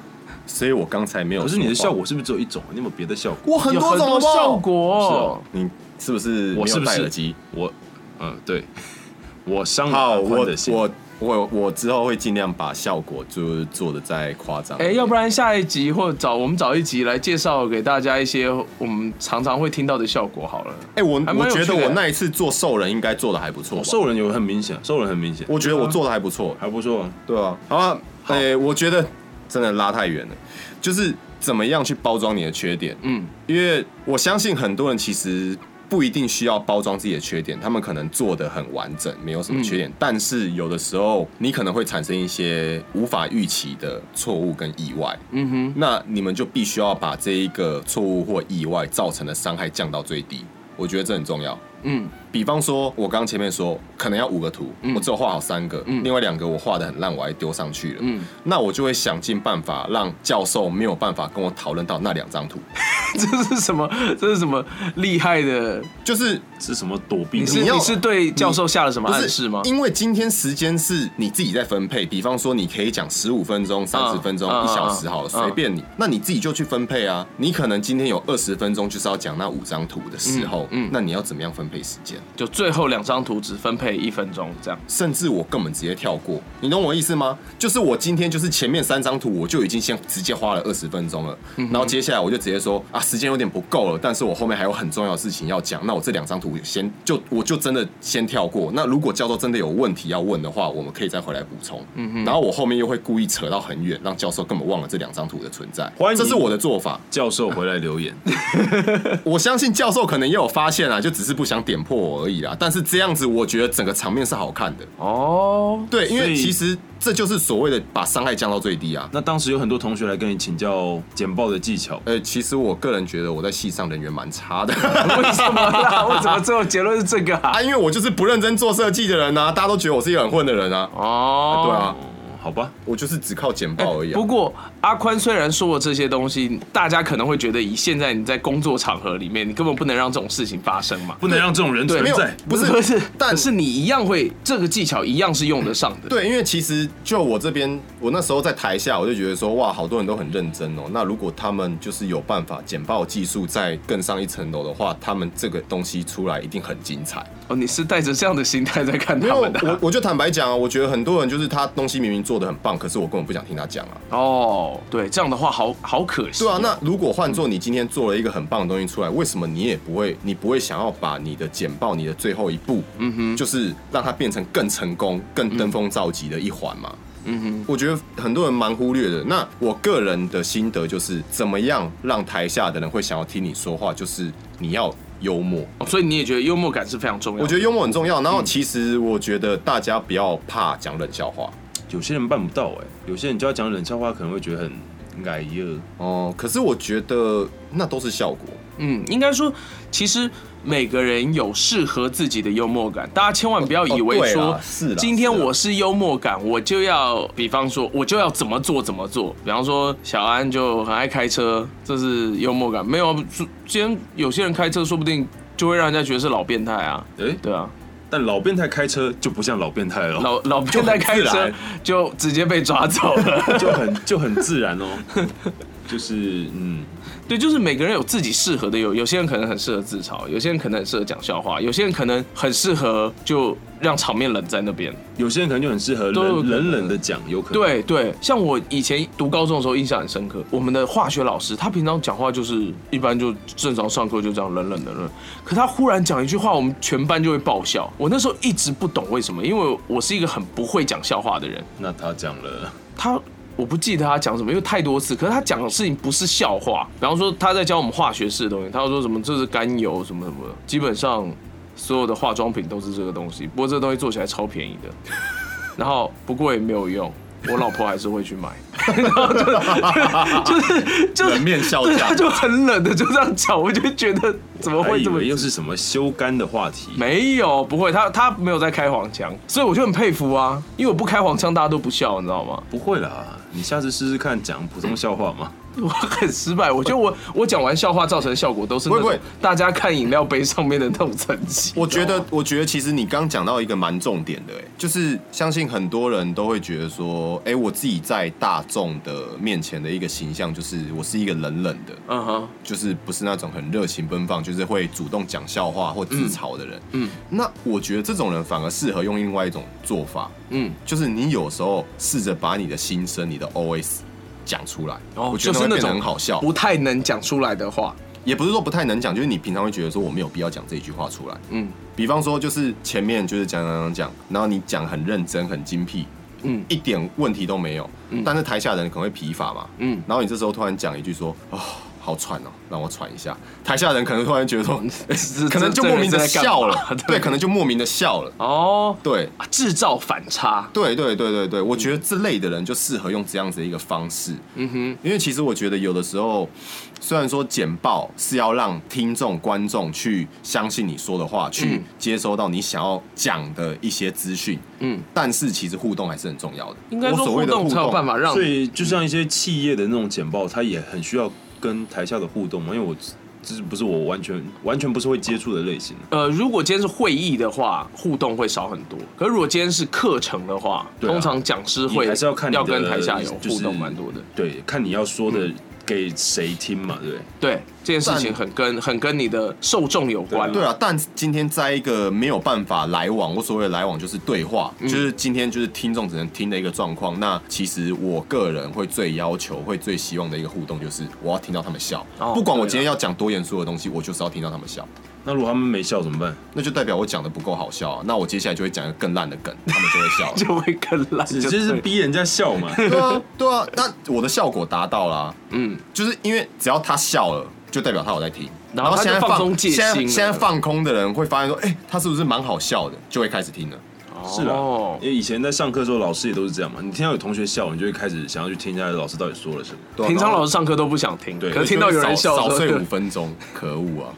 C: 所以我刚才没有。
B: 可是你的效，果是不是只有一种？啊你有没有别的效果？
C: 我很
A: 有
C: 多
A: 很
C: 种
A: 多
C: 好不好
A: 效。果
B: 是哦
A: 哦。
C: 你是不是
B: 我
C: 没
B: 是
C: 有
B: 不
C: 戴
B: 是
C: 耳机？
B: 我，嗯，对， 我
A: 嗯
B: 伤了
C: 好，
B: 阿宽
C: 我
B: 的心。
C: 我我我之后会尽量把效果就是做的再夸张。
A: 哎、要不然下一集或者找我们找一集来介绍给大家一些我们常常会听到的效果好了。
C: 哎、我
A: 还蛮
C: 我
A: 有
C: 觉
A: 趣
C: 得
A: 的
C: 我那一次做兽人应该做的还不错吧。
B: 我兽人有很明显，兽人很明显，
C: 我觉得我做的还不错，
B: 还不错啊。
C: 对啊，好啊，哎、我觉得真的拉太远了，就是怎么样去包装你的缺点，
A: 嗯，
C: 因为我相信很多人其实不一定需要包装自己的缺点，他们可能做的很完整，没有什么缺点，但是有的时候你可能会产生一些无法预期的错误跟意外，
A: 嗯哼，
C: 那你们就必须要把这一个错误或意外造成的伤害降到最低，我觉得这很重要。
A: 嗯
C: 比方说，我刚前面说可能要五个图，我只有画好三个，另外两个我画的很烂，我还丢上去了。
A: 嗯，
C: 那我就会想尽办法让教授没有办法跟我讨论到那两张图，
A: 这是什么？这是什么厉害的？
C: 就是
B: 是什么躲避
A: 你是
B: 的？
C: 你
A: 你
C: 要
A: 是对教授下了什么
C: 不
A: 暗
C: 是
A: 示吗？
C: 因为今天时间是你自己在分配，比方说你可以讲十五分钟、三十分钟、
A: 嗯
C: 一小时好了，
A: 嗯
C: 随便你。那你自己就去分配啊。你可能今天有二十分钟就是要讲那五张图的时候，
A: 嗯嗯
C: 那你要怎么样分配时间？
A: 就最后两张图只分配一分钟这样。
C: 甚至我根本直接跳过，你懂我意思吗？就是我今天就是前面三张图我就已经先直接花了二十分钟了，
B: 嗯
C: 然后接下来我就直接说啊，时间有点不够了，但是我后面还有很重要的事情要讲，那我这两张图先就我就真的先跳过。那如果教授真的有问题要问的话，我们可以再回来补充。
B: 嗯
C: 然后我后面又会故意扯到很远，让教授根本忘了这两张图的存在
B: 欢。迎
C: 这是我的做法，
B: 教授回来留言，
C: 我相信教授可能也有发现啊，就只是不想想点破我而已啦。但是这样子，我觉得整个场面是好看的。
A: 哦，
C: 对，因
B: 所
C: 为
B: 以
C: 其实这就是所谓的把伤害降到最低 啊。
B: 那当时有很多同学来跟你请教简报的技巧，
C: 呃，其实我个人觉得我在戏上人缘蛮差的
A: 为什么啦？为什么最后结论是这个啊？
C: 啊，因为我就是不认真做设计的人啊，大家都觉得我是一个很混的人啊。
A: 哦，哎
C: 对啊，
B: 嗯好吧？
C: 我就是只靠简报而已、啊
A: 不。过阿宽虽然说了这些东西，大家可能会觉得，以现在你在工作场合里面，你根本不能让这种事情发生嘛。
B: 不能让这种人
A: 对
B: 存
A: 没有
B: 在。
C: 不是
A: 不是，
C: 但
A: 可是你一样会这个技巧，一样是用得上的。
C: 对，因为其实就我这边，我那时候在台下，我就觉得说，哇，好多人都很认真哦。那如果他们就是有办法简报技术再更上一层楼的话，他们这个东西出来一定很精彩。
A: 哦，你是带着这样的心态在看
C: 没
A: 他
C: 有，
A: 们的
C: 我
A: 啊、
C: 我就坦白讲啊，我觉得很多人就是他东西明明做的很棒，可是我根本不想听他讲啊。
A: 哦，对，这样的话好好可惜。
C: 对啊，那如果换做你今天做了一个很棒的东西出来，为什么你也不会，你不会想要把你的简报、你的最后一步，嗯哼，就是让它变成更成功、更登峰造极的一环嘛？嗯哼，我觉得很多人蛮忽略的。那我个人的心得就是，怎么样让台下的人会想要听你说话，就是你要幽默。
A: 所以你也觉得幽默感是非常重要的。
C: 我觉得幽默很重要。然后其实我觉得大家不要怕讲冷笑话。
B: 有些人办不到哎、有些人就要讲冷笑话，可能会觉得很矮热。
C: 哦，可是我觉得那都是效果。
A: 嗯，应该说，其实每个人有适合自己的幽默感，大家千万不要以
C: 哦
A: 为
C: 对
A: 说，
C: 啦是啦
A: 今天
C: 是啦
A: 我是幽默感，我就要，比方说，我就要怎么做怎么做。比方说，小安就很爱开车，这是幽默感。没有啊，今天有些人开车，说不定就会让人家觉得是老变态啊。
B: 哎、
A: 对啊，
B: 但老变态开车就不像老变态了，
C: 哦
A: 老老变态开
B: 就很自
A: 车
B: 然
A: 就直接被抓走了。
B: 就很就很自然哦。 就是嗯，
A: 对，就是每个人有自己适合的，有有些人可能很适合自嘲，有些人可能很适合讲笑话，有些人可能很适合就让场面冷在那边。
B: 有些人可能就很适合
A: 都有可
B: 冷冷
A: 能
B: 冷的讲，有可能。
A: 对对，像我以前读高中的时候，印象很深刻。我们的化学老师，他平常讲话就是一般就正常上课就这样冷冷的冷，可他忽然讲一句话，我们全班就会爆笑。我那时候一直不懂为什么，因为我是一个很不会讲笑话的人。
B: 那他讲了，
A: 他我不记得他讲什么，因为太多次。可是他讲的事情不是笑话，比方说他在教我们化学式的东西，他说什么这是甘油什么什么的，基本上所有的化妆品都是这个东西。不过这个东西做起来超便宜的， 然后不过也没有用，我老婆还是会去买。 然后就就是就是
C: 冷面笑
A: 对，
C: 匠
A: 他就很冷的就这样讲，我就觉得怎么
B: 还
A: 会
B: 以
A: 这么
B: 为又是什么修干的话题。
A: 没有，不会，他他没有在开黄腔，所以我就很佩服啊，因为我不开黄腔，大家都不笑，你知道吗？
B: 不会啦，你下次试试看讲普通笑话嘛。
A: 我很失败，我觉得我我讲完笑话造成的效果都是那
C: 不
A: 种
C: 会不
A: 大家看饮料杯上面的那种成绩。
C: 我觉得，我觉得其实你刚讲到一个蛮重点的、欸，就是相信很多人都会觉得说，哎、我自己在大众的面前的一个形象就是我是一个冷冷的，
A: 嗯哼，
C: 就是不是那种很热情奔放，就是会主动讲笑话或自嘲的人。嗯，那我觉得这种人反而适合用另外一种做法，
A: 嗯，
C: 就是你有时候试着把你的心声、你的 OS 讲出来，我哦觉
A: 哦就
C: 得
A: 是那
C: 那会变得
A: 种
C: 很好笑。
A: 不太能讲出来的话。
C: 也不是说不太能讲，就是你平常会觉得说我没有必要讲这一句话出来。
A: 嗯
C: 比方说，就是前面就是讲讲讲讲，然后你讲很认真、很精辟，
A: 嗯
C: 一点问题都没有，但是台下的人可能会疲乏嘛，
A: 嗯，
C: 然后你这时候突然讲一句说，哦，好喘哦，让我喘一下，台下的人可能突然觉得说，
A: 这
C: 可能就莫名的笑了，
A: 这人在干
C: 对，
A: 嘛
C: 可能就莫名的笑了，
A: 哦，
C: 对。
A: 啊制造反差。
C: 对对对对对，我觉得这类的人就适合用这样子的一个方式，
A: 嗯哼，
C: 因为其实我觉得有的时候，虽然说简报是要让听众、观众去相信你说的话，去接收到你想要讲的一些资讯，
A: 嗯，
C: 但是其实互动还是很重要的。
A: 应该
C: 我
A: 说
C: 所谓的
A: 动
C: 互
A: 才有办法让
B: 所以就像一些企业的那种简报，它也很需要跟台下的互动嘛，因为我这不是我完全完全不是会接触的类型。
A: 呃，如果今天是会议的话，互动会少很多。可是如果今天是课程的话，
B: 对啊
A: 通常讲师会
B: 你还是要看你的
A: 跟台下有
B: 就是
A: 互动蛮多的。嗯
B: 对，看你要说的给谁听嘛，对不对？
A: 对，这件事情
C: 但
A: 很跟很跟你的受众有关。
C: 对啊，但今天在一个没有办法来往，我所谓的来往就是对话，就是今天就是听众只能听的一个状况。那其实我个人会最要求、会最希望的一个互动，就是我要听到他们笑，
A: 哦
C: 不管我
A: 对啊
C: 今天要讲多严肃的东西，我就是要听到他们笑，
B: 那如果他们没笑怎么办？
C: 那就代表我讲的不够好笑、啊。那我接下来就会讲一个更烂的梗，他们就会笑 了。
A: 就会更烂，
B: 只
A: 对
B: 就是逼人家笑 嘛。
C: 对啊，对啊，那我的效果达到啦、
A: 嗯，
C: 就是因为只要他笑了，就代表他有在听。
A: 然
C: 然
A: 后
C: 后
A: 他
C: 现在
A: 就
C: 放
A: 放松戒
C: 现在
A: 心了
C: 现在放空的人会发现说，哎、他是不是蛮好笑的，就会开始听了。
B: 是啦
A: 哦，
B: 因为以前在上课的时候，老师也都是这样嘛。你听到有同学笑，你就会开始想要去听一下老师到底说了什 么。
C: 对啊
A: 平常
C: 然后
A: 老师上课都不想听，
B: 对
A: 可是听到有人笑
C: 少
A: 的
C: 少
A: 时
C: 睡
A: 候
C: 五分钟，可恶啊！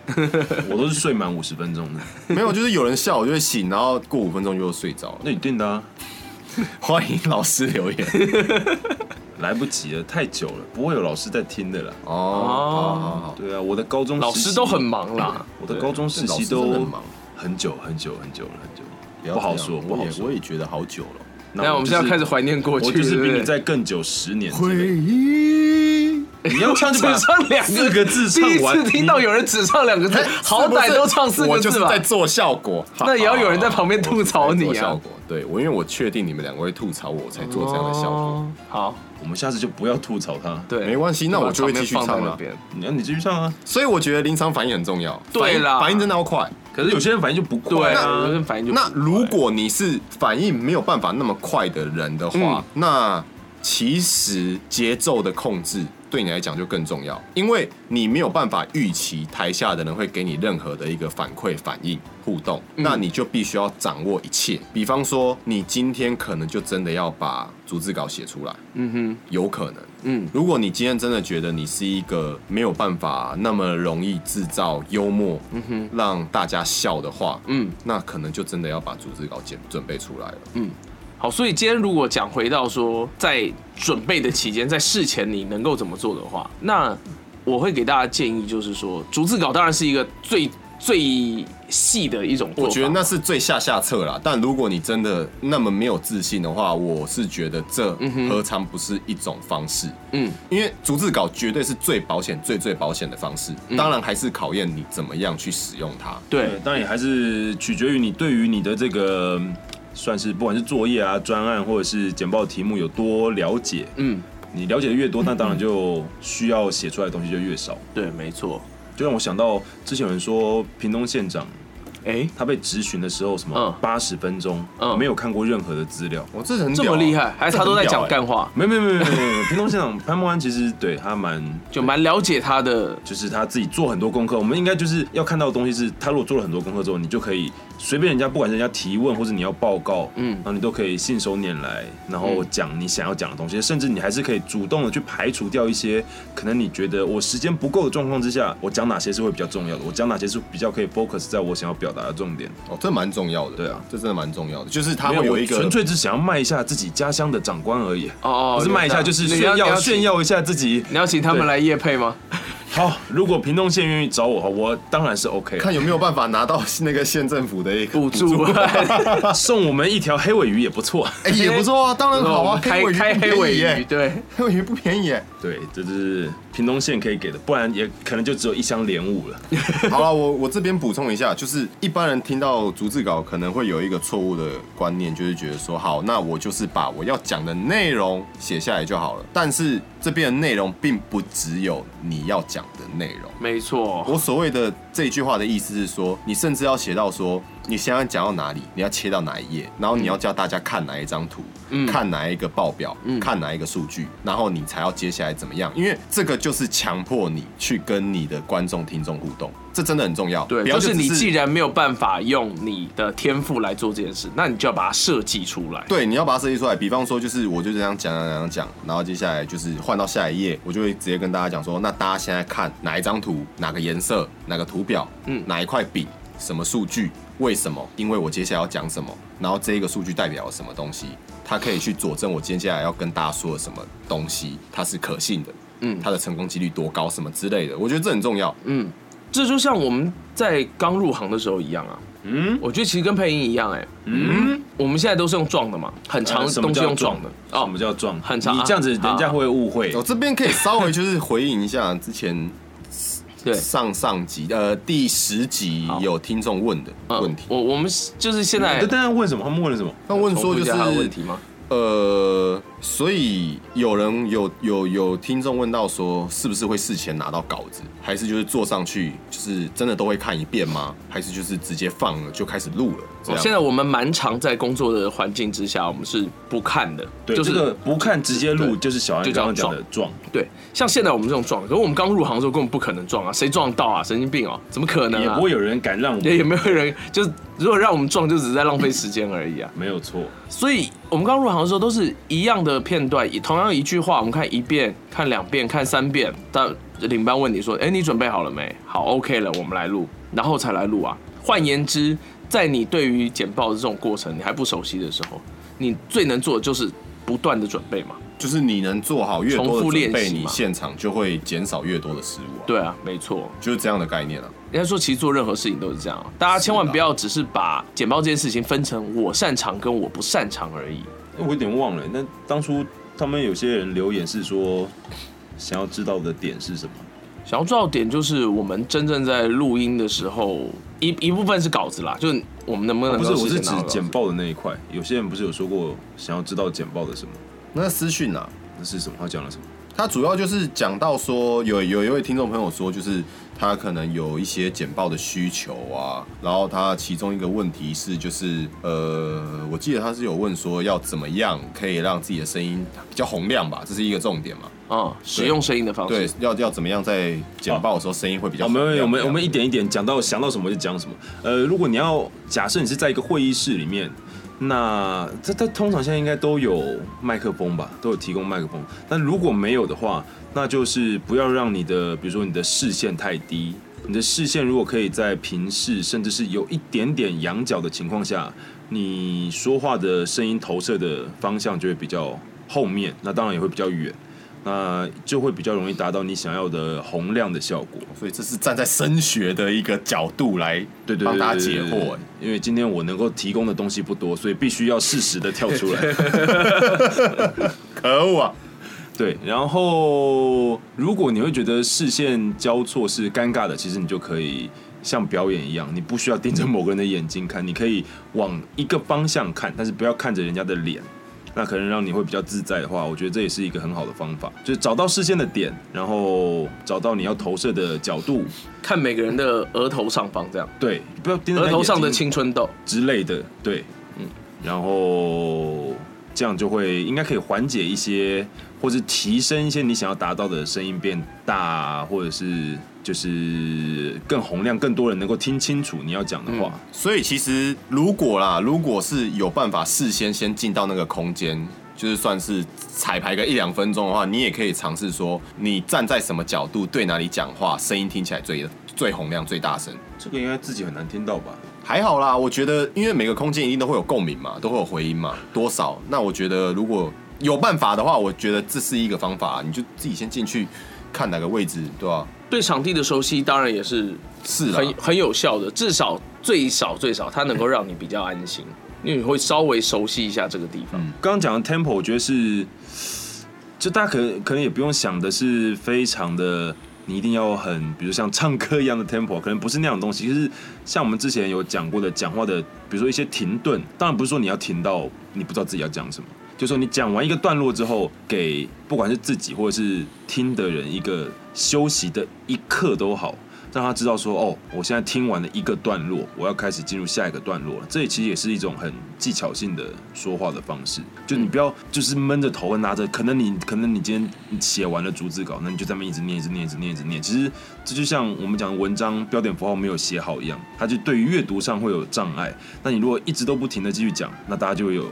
B: 我都是睡满五十分钟的，
C: 没有，就是有人笑，我就会醒，然后过五分钟就 睡着了。
B: 那一定的啊，
C: 欢迎老师留言
B: 来不及了，太久了，不会有老师在听的啦。
C: 哦，好好好，
B: 对啊，我的高中
A: 老
B: 实
A: 师
B: 习
A: 都很，忙啊
C: 嗯
A: 啦。
B: 啊我的高中实习
C: 老师真
B: 都
C: 的很忙
B: 很久很久很久了，很久了，
C: 要
B: 不好
C: 这样
B: 说，不
C: 我
B: 好
C: 也
B: 说
C: 我。也觉得好久了。
A: 那我们现在开始怀念过
B: 我
A: 去，
B: 就是比
A: 对不
B: 你
A: 对
B: 再更久十年之类
C: 忆，
B: 的。你要唱就把
A: 只 唱两个
B: 四个字唱
A: 第一
B: 完。
A: 次听到
B: 你
A: 有人只唱两个字，好歹都唱四
C: 我
A: 个
C: 嗯哎就是
A: 字吧
C: 在。做效果，
A: 那也要有人在旁边吐槽你啊
C: 我就是在做效果，对我因为我确定你们两个会吐槽我，我才做这样的效果。
A: 哦好，
B: 嗯我们下次就不要吐槽他。
A: 对，
C: 没关系那我就会
A: 把场面
C: 继续
A: 放在
C: 唱
A: 那
C: 了
A: 边。
B: 你你继续唱啊。
C: 所以我觉得临场反应很重要，
A: 对
C: 反应
A: 啦
C: 反应真的要快。
B: 可是有些人反应就不快
A: 对
B: 啊。
A: 啊，反正就
C: 那如果你是反应没有办法那么快的人的话，
A: 嗯
C: 那其实节奏的控制对你来讲就更重要，因为你没有办法预期台下的人会给你任何的一个反馈、反应、互动，
A: 嗯
C: 那你就必须要掌握一切。比方说，你今天可能就真的要把逐字稿写出来，
A: 嗯哼，
C: 有可能。
A: 嗯，
C: 如果你今天真的觉得你是一个没有办法那么容易制造幽默，嗯哼，让大家笑的话，
A: 嗯，
C: 那可能就真的要把逐字稿准准备出来了。
A: 好，所以今天如果讲回到说，在准备的期间，在事前你能够怎么做的话，那我会给大家建议，就是说，逐字稿当然是一个最最细的一种做法
C: 我觉得那是最下下策啦，但如果你真的那么没有自信的话，我是觉得这何尝不是一种方式？
A: 嗯，
C: 因为逐字稿绝对是最保险、最最保险的方式。当然还是考验你怎么样去使用它。
B: 对
A: 嗯对，，
B: 当然也还是取决于你对于你的这个嗯算是不管是作业啊、专案或者是简报题目有多了解。
A: 嗯，
B: 你了解的越多，那当然就需要写出来的东西就越少。
A: 对，没错。
B: 就让我想到之前有人说，屏东县长
A: 哎，
B: 他被质询的时候，什么
A: 嗯
B: 八十分钟
A: 嗯
B: 没有看过任何的资料。
C: 我这很
A: 这
C: 屌
A: 么
C: 啊
A: 厉害，还是他都在讲
C: 这很屌欸
A: 干话，
B: 没有没有没有没有没有没有，屏东县长潘孟安其实对他蛮
A: 就蛮了解他的。
B: 就是他自己做很多功课，我们应该就是要看到的东西是，他如果做了很多功课之后，你就可以随便人家，不管是人家提问或者你要报告，嗯
A: 嗯，
B: 然后你都可以信手拈来，然后讲你想要讲的东西，甚至你还是可以主动的去排除掉一些可能你觉得我时间不够的状况之下，我讲哪些是会比较重要的，我讲哪些是比较可以 focus 在我想要表达的重点。
C: 哦，这蛮重要的。
B: 对啊，
C: 这真的蛮重要的，就是它
B: 没
C: 会有
B: 我
C: 一个
B: 纯粹只想要卖一下自己家乡的长官而已，
A: 哦哦，
B: 不是卖一下，就是
A: 你
B: 炫
A: 要
B: 耀炫。耀一下自己。
A: 你要请你要请他们来夜配吗？
B: 好，如果屏东县愿意找我，我当然是 OK 的。
C: 看有没有办法拿到那个县政府的一个
A: 补助， 啊
B: 送我们一条黑尾鱼也不错。
C: 哎、也不错啊，当然好
A: 我
C: 啊，
A: 们开
C: 尾鱼
A: 开
C: 不
A: 黑
C: 便宜
A: 尾鱼，
C: 耶，
A: 对，
C: 黑尾鱼不便宜耶。
B: 对，这就是屏东县可以给的，不然也可能就只有一箱莲雾了。
C: 好了，我我这边补充一下，就是一般人听到逐字稿可能会有一个错误的观念，就是觉得说，好，那我就是把我要讲的内容写下来就好了。但是这边的内容并不只有你要讲的内容。
A: 没错，
C: 我所谓的这一句话的意思是说，你甚至要写到说，你想要讲到哪里，你要切到哪一页，然后你要叫大家看哪一张图，
A: 嗯
C: 看哪一个报表，看哪一个数据，然后你才要接下来怎么样？因为这个就是强迫你去跟你的观众、听众互动，这真的很重要。
A: 对，
C: 不要
A: 就
C: 就是
A: 你
C: 只
A: 既然没有办法用你的天赋来做这件事，那你就要把它设计出来。
C: 对，你要把它设计出来。比方说，就是我就这样讲讲讲讲，然后接下来就是换到下一页，我就会直接跟大家讲说，那大家现在看哪一张图、哪个颜色、哪个图表，嗯，哪一块饼、什么数据，为什么？因为我接下来要讲什么，然后这一个数据代表了什么东西，它可以去佐证我接下来要跟大家说的什么东西，它是可信的，嗯，它的成功几率多高，什么之类的，我觉得这很重要。欸
A: 嗯这就像我们在刚入行的时候一样啊。嗯，我觉得其实跟配音一样，哎，嗯，我们现在都是用撞的嘛，很长
B: 呃什么
A: 东西
B: 叫
A: 用撞的哦
B: 什么叫撞？
A: 很长
B: 你这样子人家会误会
C: 我。这边可以稍微就是回应一下之前
A: 对，
C: 上上集呃第十集
A: 好
C: 有听众问的
A: 嗯
C: 问题。
A: 我我们就是现在
B: 嗯对，但是问什么？他们问了什么？
C: 他问说
A: 重复一
C: 就
A: 下他的问
C: 是
A: 题吗？
C: 呃，所以有人有有有听众问到说，是不是会事前拿到稿子，还是就是坐上去，就是真的都会看一遍吗？还是就是直接放了就开始录了？这
A: 哦
C: 样
A: 现在我们蛮常在工作的环境之下，我们是不看的，
B: 对，
A: 就
B: 这个
A: 是
B: 不看直接录，
A: 对
B: 就是小安
A: 就叫
B: 刚刚讲的撞。
A: 对。像现在我们这种撞，可是我们刚入行的时候根本不可能撞啊，谁撞到啊？神经病哦，怎么可能
B: 也
A: 啊
B: 不？会有人敢让我
A: 也也
B: 们，
A: 没有人，就是如果让我们撞，就只是在浪费时间而已啊。
B: 没有错，
A: 所以我们刚入行的时候都是一样的片段，以同样一句话，我们看一遍、看两遍、看三遍。但领班问你说：“哎，你准备好了没？”好，OK 了，我们来录，然后才来录啊。换言之，在你对于简报的这种过程你还不熟悉的时候，你最能做的就是不断的准备嘛。
C: 就是你能做好越多
A: 重复
C: 的
A: 练
C: 准
A: 习
C: 备，你
A: 嘛
C: 现场就会减少越多的失误、啊，
A: 对啊，没错。
C: 就是这样的概念啊。
A: 人家说其实做任何事情都是这样啊，大家千万不要只是把简报这件事情分成我擅长跟我不擅长而已。
B: 我有点忘了。那当初他们有些人留言是说，想要知道的点是什么？
A: 想要做到点就是我们真正在录音的时候，一一部分是稿子啦，就是我们能不能
B: 哦不是，
A: 够
B: 我
A: 事
B: 是
A: 先
B: 指
A: 拿到稿子
B: 简报的那一块。有些人不是有说过想要知道简报的什么？
C: 那私讯啊，
B: 那是什么？他讲了什么？
C: 他主要就是讲到说，有有一位听众朋友说，就是他可能有一些简报的需求啊，然后他其中一个问题是，就是呃，我记得他是有问说要怎么样可以让自己的声音比较洪亮吧，这是一个重点嘛？
A: 嗯，使用声音的方
C: 对
A: 式，，
C: 要要怎么样在简报的时候声音会比较
B: 我
C: 洪亮、
B: 们我们我们
C: 这
B: 一
C: 样
B: 点一点讲到想到什么就讲什么。呃，如果你要假设你是在一个会议室里面，那这它通常现在应该都有麦克风吧，都有提供麦克风。但如果没有的话，那就是不要让你的比如说你的视线太低，你的视线如果可以在平视甚至是有一点点仰角的情况下，你说话的声音投射的方向就会比较后面，那当然也会比较远。那就会比较容易达到你想要的洪亮的效果。
C: 所以这是站在声学的一个角度来
B: 对对，
C: 帮
B: 对
C: 大家解
B: 对对
C: 惑、
B: 对因为今天我能够提供的东西不多，所以必须要适时的跳出 来。
C: 可恶啊！
B: 对，然后如果你会觉得视线交错是尴尬的，其实你就可以像表演一样，你不需要盯着某个人的眼睛看，你可以往一个方向看，但是不要看着人家的脸。那可能让你会比较自在的话，我觉得这也是一个很好的方法，就是找到视线的点，然后找到你要投射的角度，
A: 看每个人的额头上方这样，
B: 对，不要盯着
A: 额
B: 他
A: 头上的
B: 眼睛
A: 青春痘。
B: 之类的，对，嗯，然后这样就会应该可以缓解一些，或是提升一些你想要达到的声音变大，或者是就是更洪亮，更多人能够听清楚你要讲的话。
C: 所以其实如果啦，如果是有办法事先先进到那个空间，就是算是彩排个一两分钟的话，你也可以尝试说你站在什么角度对哪里讲话，声音听起来最最洪亮、最大声。
B: 这个应该自己很难听到吧？
C: 还好啦，我觉得因为每个空间一定都会有共鸣嘛，都会有回音嘛，多少？那我觉得如果有办法的话，我觉得这是一个方法，你就自己先进去看哪个位置，对吧、
A: 对场地的熟悉当然也是
B: 啊
C: 是啦
A: 很，很有效的，至少最少最少它能够让你比较安心，因为你会稍微熟悉一下这个地方。
B: 刚刚讲的 tempo，我觉得是，就大家可能可能也不用想的是非常的，你一定要很，比如像唱歌一样的 tempo，可能不是那样的东西。就是像我们之前有讲过的，讲话的，比如说一些停顿，当然不是说你要停到你不知道自己要讲什么，就是说你讲完一个段落之后，给不管是自己或者是听的人一个休息的一刻都好。让他知道说，哦，我现在听完了一个段落，我要开始进入下一个段落了。这其实也是一种很技巧性的说话的方式，就你不要就是闷着头拿着，可能你可能你今天写完了逐字稿，那你就在那边一直念，一直念，一直念，一直念。其实这就像我们讲的文章标点符号没有写好一样，它就对于阅读上会有障碍。那你如果一直都不停的继续讲，那大家就会有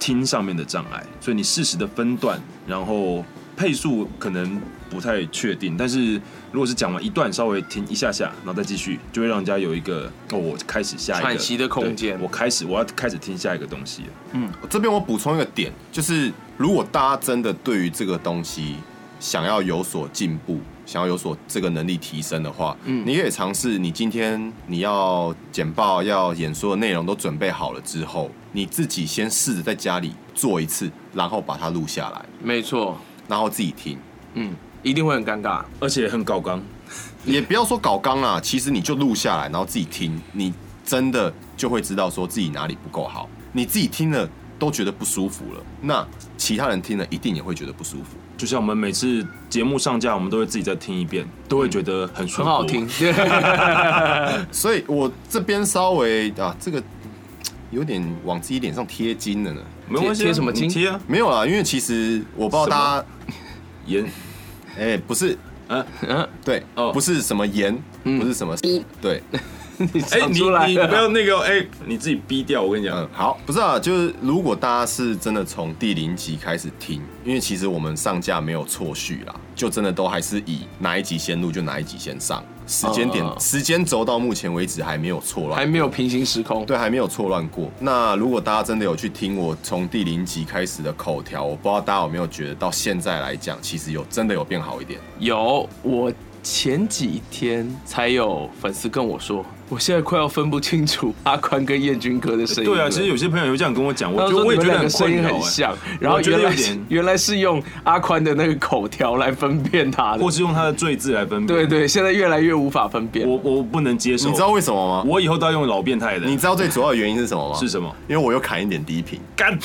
B: 听上面的障碍，所以你适时的分段，然后配速可能不太确定，但是如果是讲完一段，稍微停一下下，然后再继续，就会让人家有一个哦，我开始下一个
A: 喘息的空间
B: 对我开始我要开始听下一个东西了。
C: 这边我补充一个点，就是如果大家真的对于这个东西想要有所进步，想要有所这个能力提升的话，嗯，你可以尝试，你今天你要简报、要演说的内容都准备好了之后，你自己先试着在家里做一次，然后把它录下来，
A: 没错，
C: 然后自己听。
A: 嗯，一定会很尴尬。
B: 而且很搞纲，
C: 也不要说搞纲啦，其实你就录下来，然后自己听，你真的就会知道说自己哪里不够好。你自己听了，都觉得不舒服了，那其他人听了一定也会觉得不舒服。
B: 就像我们每次节目上架，我们都会自己再听一遍，都会觉得很舒服
A: 很 好听。。对
B: 哎
C: 所以我这边稍微啊，这个有点往自己脸上贴金了呢。
B: 没关系啊，
A: 贴贴什么
B: 你
A: 金
B: 贴啊？
C: 没有啦，因为其实我不知道大家，
B: 盐
C: 哎、不是，
B: 啊？
C: 对，
B: 哦
C: 不是什么盐，不是什么，对，
A: 你
B: 哎，
A: 讲
B: 你
A: 出来啊
B: 你不
A: 了，
B: 要那个哦哎，你自己逼掉。我跟你讲
C: 嗯，，好，不是啊，就是如果大家是真的从第零集开始听，因为其实我们上架没有错序啦，就真的都还是以哪一集先录就哪一集先上，时间点、
A: 哦
C: 时间轴到目前为止还没有错乱
A: 还没有平行时空。
C: 对，还没有错乱过。那如果大家真的有去听我从第零集开始的口条，我不知道大家有没有觉得到现在来讲，其实有真的有变好一点。
A: 有，我前几天才有粉丝跟我说，我现在快要分不清楚阿宽跟燕军哥的声音了。
B: 对啊，其实有些朋友有这样跟我讲，我
A: 他
B: 觉得
A: 说
B: 我也
A: 你们
B: 觉得
A: 两个
B: 很
A: 声
B: 困
A: 音
B: 扰
A: 很
B: 哎
A: 像，然后
B: 我觉得
A: 原
B: 有
A: 来是
B: 点，
A: 原来是用阿宽的那个口条来分辨他的
B: 或。是用他的罪字来分辨。
A: 对对，现在越来越无法分辨。
B: 我我不能接受。
C: 你知道为什么吗？
B: 我以后都要用老变态的。
C: 你知道最主要的原因是什么吗？
B: 是什么？
C: 因为我又砍一点低频，
B: 干，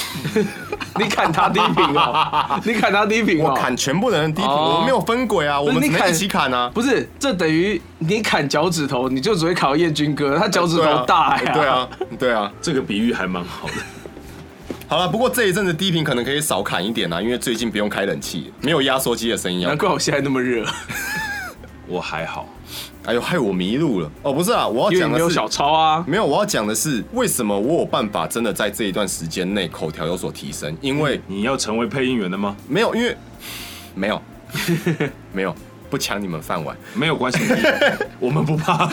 A: 你砍他低频 哦，你砍他低频哦，
C: 我砍全部的人低频，
A: 哦
C: 我没有分轨啊，我
A: 不是
C: 们
A: 你
C: 只能
A: 砍
C: 一起砍啊。
A: 不是，这等于你砍脚趾头，你就只会砍到燕军哥，他脚趾
C: 对啊
A: 头大呀。
C: 对，啊，对啊。
B: 这个比喻还蛮好的。
C: 好了，不过这一阵子低频可能可以少砍一点啦，啊因为最近不用开冷气，没有压缩机的声音啊
A: 难。怪我现在那么热，
B: 哦我还好，
C: 哎呦，害我迷路了。哦，不是啊，我要
A: 因为
C: 讲
A: 你
C: 的
A: 没有
C: 是
A: 小抄啊。
C: 没有，我要讲的是为什么我有办法真的在这一段时间内口条有所提升，因为
B: 你要成为配音员的吗？
C: 没有，因为没有，没有，不抢你们饭碗，
B: 没有关系，我们不怕。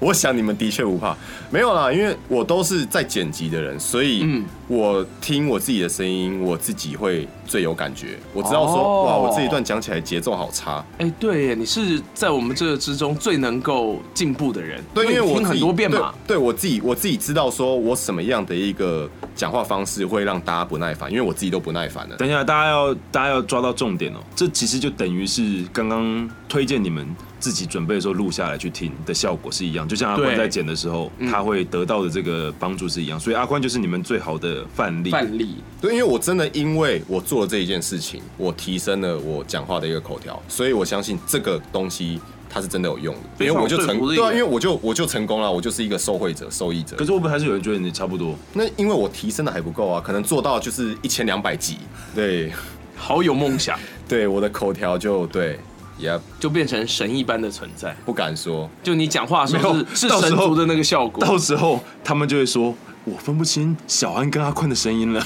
C: 我想你们的确不怕，没有啦，因为我都是在剪辑的人，所以
A: 嗯
C: 我听我自己的声音，我自己会最有感觉，我知道说、
A: 哦
C: 哇，我这一段讲起来节奏好差，
A: 哎，对耶，你是在我们这之中最能够进步的人，
C: 对，因为
A: 你
C: 我
A: 听
C: 自
A: 很
C: 己
A: 多遍嘛。
C: 对，对我自己我自己知道说我什么样的一个讲话方式会让大家不耐烦，因为我自己都不耐烦了。
B: 等一下，大家要大家要抓到重点哦。这其实就等于是刚刚推荐你们自己准备的时候录下来去听的效果是一样，就像阿
A: 对
B: 宽在剪的时候，他会得到的这个帮助是一样。所以阿宽就是你们最好的范例。
A: 范例，
C: 对，因为我真的因为我做了这一件事情，我提升了我讲话的一个口条，所以我相信这个东西它是真的有用的，
B: 对
C: 因为我就
B: 像我
C: 成
B: 说服力
C: 对啊，因为我就我就成功了，我就是一个受惠者、受益者
B: 可。是会不会还是有人觉得你差不多？
C: 那因为我提升的还不够啊，可能做到就是一千两百集，对
A: 好有梦想，
C: 对，我的口条就对也
A: 就变成神一般的存在。
C: 不敢说，
A: 就你讲话的时候
B: 没
A: 是
B: 有
A: 是
B: 到时
A: 神
B: 候
A: 族的那个效果，
B: 到时候他们就会说。我分不清小安跟阿坤的声音 了，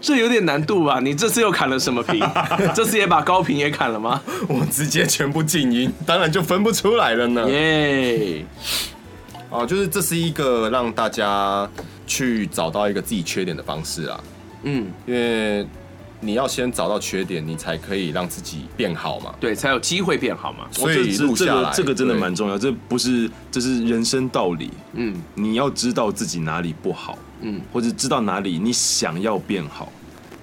A: 这有点难度吧？你这次又砍了什么 屏？这次也把高频也砍了吗？
C: 我直接全部静音，当然就分不出来了呢。
A: 耶！
C: 啊，就是这是一个让大家去找到一个自己缺点的方式啊，
A: 嗯，
C: 因为你要先找到缺点，你才可以让自己变好嘛。
A: 对，才有机会变好嘛。
C: 所以
B: 这
C: 录
B: 这
C: 下来
B: 个，这个真的
C: 对
B: 蛮重要，这不是这是人生道理。
A: 嗯，
B: 你要知道自己哪里不好，
A: 嗯
B: 嗯，或者知道哪里你想要变好，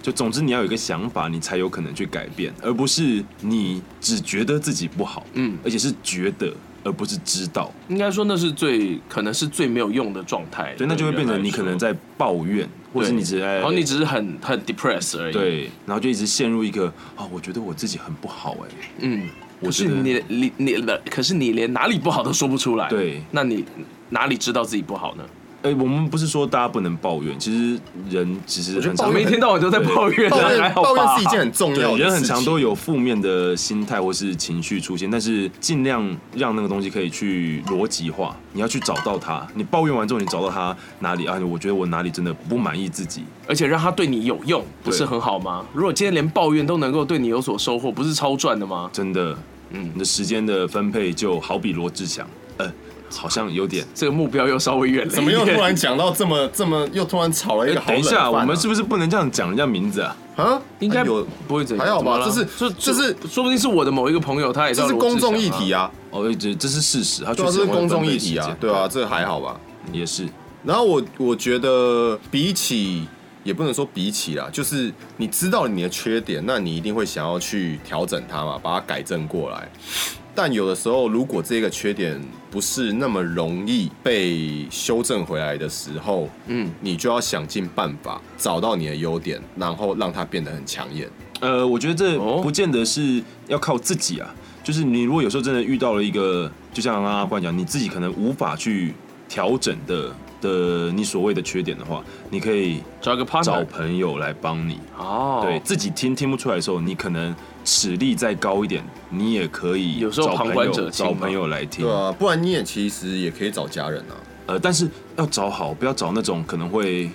B: 就总之你要有一个想法，你才有可能去改变，而不是你只觉得自己不好，
A: 嗯
B: 嗯，而且是觉得，而不是知道，
A: 应该说那是最可能是最没有用的状态。
B: 所以那就会变成你可能在抱怨，或
A: 对，
B: 是你只在
A: 然后你只是很很 depress 而已。，
B: 对，然后就一直陷入一个啊，我觉得我自己很不好哎、
A: 嗯，
B: 我
A: 可是
B: 觉得
A: 你你你的，可是你连哪里不好都说不出来。
B: 对
A: 那你哪里知道自己不好呢？
B: 哎、我们不是说大家不能抱怨，其实人其实
C: 我觉
B: 很
C: 得抱
A: 我
B: 常
A: 们一天到晚都在抱怨，
C: 抱
A: 还
C: 怨
A: 好
C: 抱
A: 吧
C: 怨是一件很重
B: 对，
C: 要的事情，
B: 人很常都有负面的心态或是情绪出现，但是尽量让那个东西可以去逻辑化。你要去找到它，你抱怨完之后，你找到它哪里啊？我觉得我哪里真的不满意自己，
A: 而且让他对你有用，不是很好吗？如果今天连抱怨都能够对你有所收获，不是超赚的吗？
B: 真的，嗯，你的时间的分配就好比罗志祥，呃，好像有点。
A: 这个目标又稍微远了一点。
C: 怎么又突 然讲到这么这么又突然吵了一个好
B: 哎等一
C: 冷
B: 下，
C: 饭啊
B: 我们是不是不能这样讲人家名字啊？
C: 啊，
A: 应该
C: 哎有
A: 有不会怎样？
C: 还好
A: 怎么了
C: 吧？这是
A: 这
C: 这是
A: 说不定是我的某一个朋友，他也
C: 这
A: 叫
C: 是
A: 罗志
C: 公众
A: 祥
C: 议题
A: 啊。
C: 啊，
B: 哦，这这是事实，他
C: 对
B: 确
C: 啊，
B: 实
C: 这是
B: 会
C: 公众
B: 分配
C: 议题
B: 时
C: 啊
B: 间，
C: 对啊，这还好吧？
B: 也是。
C: 然后我我觉得比起也不能说比起啦，就是你知道你的缺点，那你一定会想要去调整它嘛，把它改正过来。但有的时候，如果这个缺点不是那么容易被修正回来的时候，
A: 嗯，
C: 你就要想尽办法找到你的优点，然后让它变得很抢眼。
B: 呃，我觉得这
A: 哦
B: 不见得是要靠自己啊，就是你如果有时候真的遇到了一个，就像刚刚阿冠讲，你自己可能无法去调整的的你所谓的缺点的话，你可以
A: 找个
B: 找
A: partner
B: 朋友来帮你。
A: 哦，
B: 对自己听听不出来的时候，你可能齿力再高一点，你也可以
A: 有时候
B: 找朋
A: 旁观
B: 友
A: 者清
B: 找
A: 嘛
B: 朋友来听
C: 对。啊，不然你也其实也可以找家人啊，
B: 呃，但是要找好，不要找那种可能会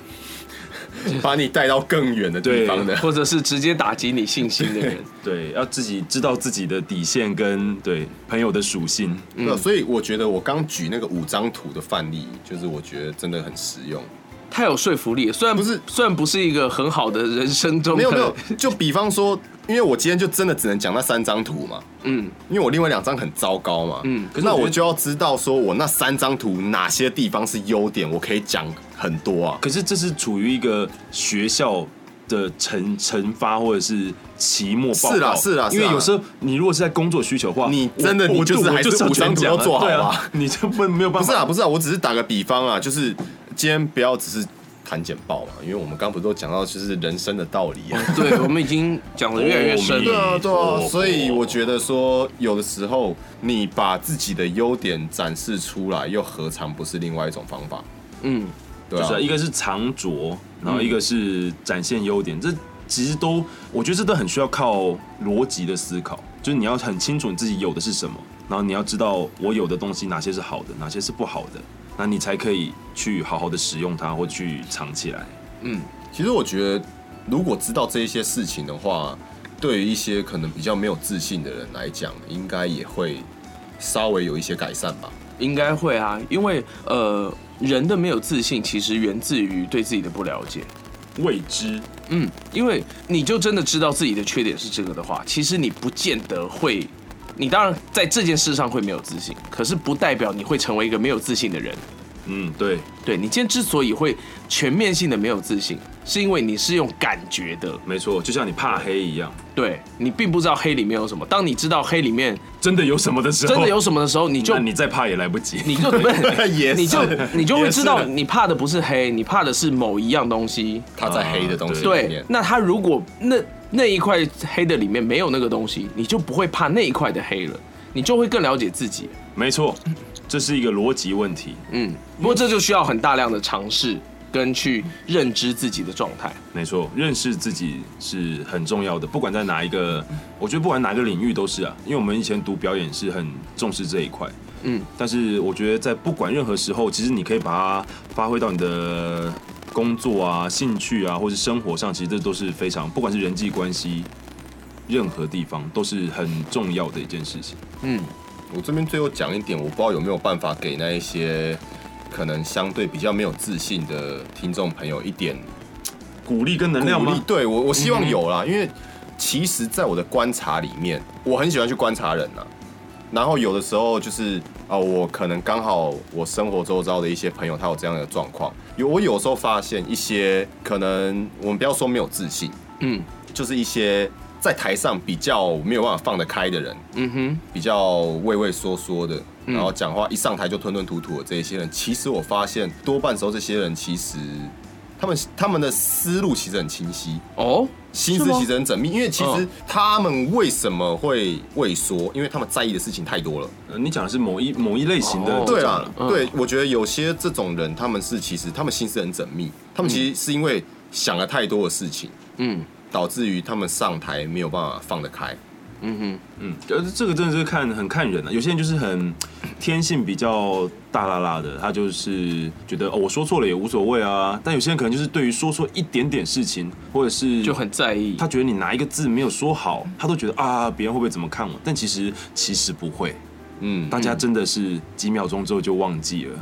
C: 把你带到更远的地方 的。
A: 或者是直接打击你信心的 人，
B: 对，要自己知道自己的底线跟对朋友的属性。
C: 对啊，所以我觉得我刚举那个五张图的范例，就是我觉得真的很实用。
A: 太有说服力了。虽然
C: 不是
A: 虽然不是一个很好的人生中的
C: 没有没有，就比方说，因为我今天就真的只能讲那三张图嘛，
A: 嗯，
C: 因为我另外两张很糟糕嘛，嗯，
B: 可是
C: 那
B: 我觉得
C: 我就要知道说我那三张图哪些地方是优点，我可以讲很 多啊。
B: 可是这是处于一个学校的惩惩罚或者是期末报告，
C: 是啦是啦
B: 因为
C: 是啦
B: 有时候你如果是在工作需求的话，
C: 你
B: 我
C: 真的你
B: 我
C: 就是
B: 我
C: 还是
B: 要
C: 五张
B: 全
C: 图
B: 讲
C: 要
B: 啊
C: 做好
B: 对啊
C: 吧，
B: 你这不没有办
C: 不
B: 法，
C: 是啊，不是啊，我只是打个比方啊，就是今天不要只是谈简报嘛，因为我们刚不是都讲到就是人生的道理啊。
A: 对，我们已经讲的越来越深
B: 哦
A: 了
C: 对。啊，对啊
B: 哦，
C: 所以我觉得说，有的时候你把自己的优点展示出来，又何尝不是另外一种方法？
A: 嗯，
C: 对
B: 就是啊、
C: 啊，
B: 一个是藏拙，然后一个是展现优点，这其实都我觉得这都很需要靠逻辑的思考，就是你要很清楚你自己有的是什么，然后你要知道我有的东西哪些是好的，哪些是不好的，那你才可以去好好的使用它或去藏起来。
C: 其实我觉得，如果知道这一些事情的话，对于一些可能比较没有自信的人来讲，应该也会稍微有一些改善吧。
A: 应该会啊，因为呃，人的没有自信其实源自于对自己的不了解。
B: 未知，
A: 嗯，因为你就真的知道自己的缺点是这个的话，其实你不见得会，你当然在这件事上会没有自信，可是不代表你会成为一个没有自信的人。
B: 嗯，对，
A: 对你今天之所以会全面性的没有自信，是因为你是用感觉的，
B: 没错，就像你怕黑一样，
A: 对你并不知道黑里面有什么。当你知道黑里面
B: 真的有什么的时候，
A: 真的有什么的时候，你就
B: 那你再怕也来不及。
A: 你就 不是
C: 也是
A: 你就你就会
B: 也是
A: 知道你怕的不是黑，你怕的是某一样东西。
C: 他在黑的东
B: 啊
C: 西里
A: 对
C: 面，，
A: 那他如果那那一块黑的里面没有那个东西，你就不会怕那一块的黑了，你就会更了解自己。
B: 没错，这是一个逻辑问题，
A: 嗯，不过这就需要很大量的尝试跟去认知自己的状态。
B: 没错，认识自己是很重要的，不管在哪一个，我觉得不管哪个领域都是啊，因为我们以前读表演是很重视这一块，
A: 嗯，
B: 但是我觉得在不管任何时候，其实你可以把它发挥到你的工作啊、兴趣啊，或是生活上，其实这都是非常，不管是人际关系，任何地方都是很重要的一件事情。
A: 嗯，
C: 我这边最后讲一点，我不知道有没有办法给那一些可能相对比较没有自信的听众朋友一点
B: 鼓励跟能量
C: 鼓励
B: 吗？。嗯
C: 对我，我希望有啦，因为其实，在我的观察里面，我很喜欢去观察人呐、啊然后有的时候就是啊、我可能刚好我生活周遭的一些朋友，他有这样的状况。有我有时候发现一些可能我们不要说没有自信，
A: 嗯，
C: 就是一些在台上比较没有办法放得开的人，
A: 嗯哼，
C: 比较畏畏缩缩的，
A: 嗯
C: 然后讲话一上台就吞吞吐吐的这一些人，其实我发现多半时候这些人其实他们他们的思路其实很清晰，
A: 哦，
C: 心思
A: 是吗
C: 其实很缜密，因为其实
A: 嗯
C: 他们为什么会畏缩，因为他们在意的事情太多了。
B: 呃你讲的是某一某一类型的
A: 哦
B: 这
C: 对
B: 种
C: 啊
B: 人，
A: 嗯
C: 对，我觉得有些这种人，他们是其实他们心思很缜密，他们其实是因为想了太多的事情，
A: 嗯
C: 导致于他们上台没有办法放得开。
A: 嗯哼，
B: 嗯，呃，这个真的是看很看人啊，有些人就是很天性比较大啦啦的，他就是觉得哦，我说错了也无所谓啊。但有些人可能就是对于说错一点点事情，或者是
A: 就很在意
B: 他。觉得你哪一个字没有说好，他都觉得啊，别人会不会怎么看我？但其实其实不会，
C: 嗯，
B: 大家真的是几秒钟之后就忘记 了。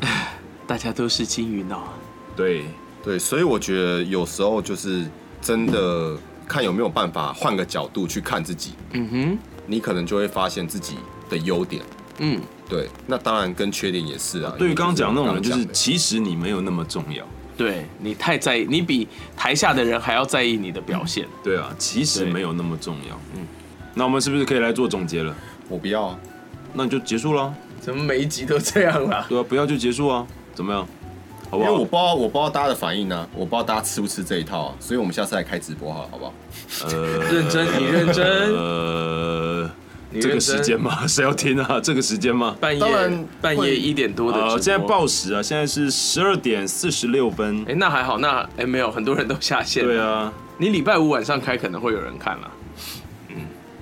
A: 大家都是啊金鱼脑，
B: 对，
C: 对，所以我觉得有时候就是真的看有没有办法换个角度去看自己，
A: 嗯哼，
C: 你可能就会发现自己的优点。
A: 嗯，
C: 对，那当然跟缺点也是啊。
B: 对于刚刚讲的那种人，
C: 因为
B: 就是
C: 我刚刚讲的
B: 其实你没有那么重要。
A: 对你太在意，你比台下的人还要在意你的表现。
B: 对啊，其实
A: 对
B: 没有那么重要。嗯，那我们是不是可以来做总结了？
C: 我不要啊，
B: 那你就结束了啊，
A: 怎么每一集都这样啦？
B: 对啊，不要就结束啊，怎么样？好不
C: 因为
B: 好？
C: 我不知道，我不知道大家的反应呢、啊我不知道大家吃不吃这一套、啊，所以我们下次来开直播好了，好不好？
A: 认真，你 认真，
B: 呃，
A: 你
B: 这
A: 认
B: 个
A: 真
B: 时间吗？ 谁要听啊？这个时间吗？
A: 半
C: 当
A: 夜
C: 然
A: 半夜
C: 会
A: 一点多的直
B: 呃，
A: 播。
B: 现在报时啊，现在是十二点四十六分
A: 哎、。那还好，那哎、诶没有，很多人都下线。
B: 对，啊，
A: 你礼拜五晚上开可能会有人看啦。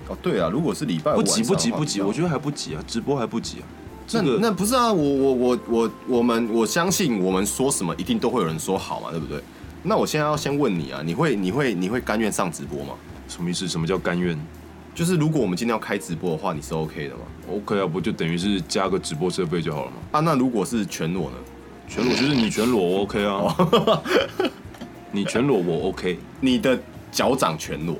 C: 哦，对啊，如果是礼拜五
B: 不急不急不急，我
C: 觉
B: 觉
C: 得。
B: 得还不急啊，直播还不急啊。这
C: 那
B: 个
C: 那不是啊，我我我我我们我相信我们说什么一定都会有人说好嘛，对不对？那我现在要先问你啊，你会你会你会甘愿上直播吗？
B: 什么意思？什么叫甘愿
C: 就是如果我们今天要开直播的话，你是 OK 的吗？
B: ？OK 啊，不就等于是加个直播设备就好了吗？
C: 啊，那如果是全裸呢？
B: 全裸就是你全裸我 OK 啊， 你全裸我 OK
C: 你的脚掌全裸，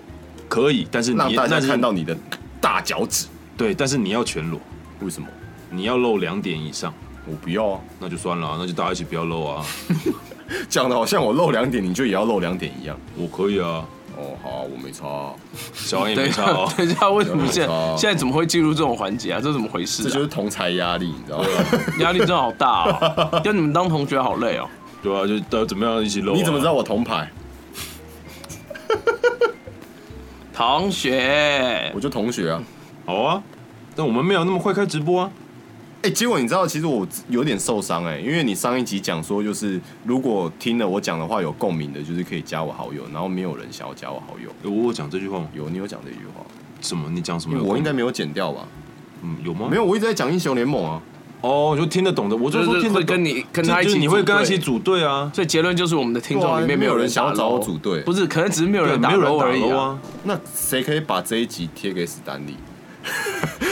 B: 可以，但是
C: 让
B: 你
C: 大家
B: 但是
C: 看到你的大脚趾，
B: 对，但是你要全裸，
C: 为什么？
B: 你要露两点以上，
C: 我不要啊，
B: 那就算了啊、那就大家一起不要露啊。
C: 讲的好像我露两点，你就也要露两点一样。
B: 我可以啊，
C: 哦，好啊，我没差啊、
B: 小安也
A: 等
B: 没
A: 一
B: 差
A: 下，
B: 哦。
A: 等一下，为什么啊现
C: 没差
A: 在
C: 哦
A: 现在怎么会进入这种环节啊？这怎么回事、
C: 这
A: 啊？
C: 就是同才压力，你知道吗？
A: 压力真的好大哦，要你们当同学好累哦。
B: 对啊，就到怎么样一起露、
C: 你怎么知道？我铜牌？
A: 同学
C: 我，就同学啊。
B: 好啊，但我们没有那么快开直播啊。
C: 哎、结果你知道，其实我有点受伤哎、因为你上一集讲说，就是如果听了我讲的话有共鸣的，就是可以加我好友，然后没有人想要加我好友。
B: 有我有讲这句话吗？
C: 有，你有讲这句话，
B: 什么？你讲什
C: 因
B: 么
C: 为
B: 有？
C: 我应该没有剪掉吧？
B: 嗯有吗？
C: 没
B: 有
C: 有，我一直在讲英雄联盟啊。
B: 哦，我就听得懂的，我就说
A: 就是
B: 听得
A: 会
B: 懂
A: 跟你跟他一起
B: 就是你会跟他一
A: 组队
B: 起组队啊。
A: 所以结论就是我们的听众里面没
C: 没有
A: 人
C: 人想要
A: 打
C: 找我
A: LOL
C: 组队
A: 不是，可能只是没有人
B: 没
A: 打
B: 有人
A: LOL
B: 打
A: 而已
B: 楼
A: 啊。
B: 啊，
C: 那谁可以把这一集贴给史丹利？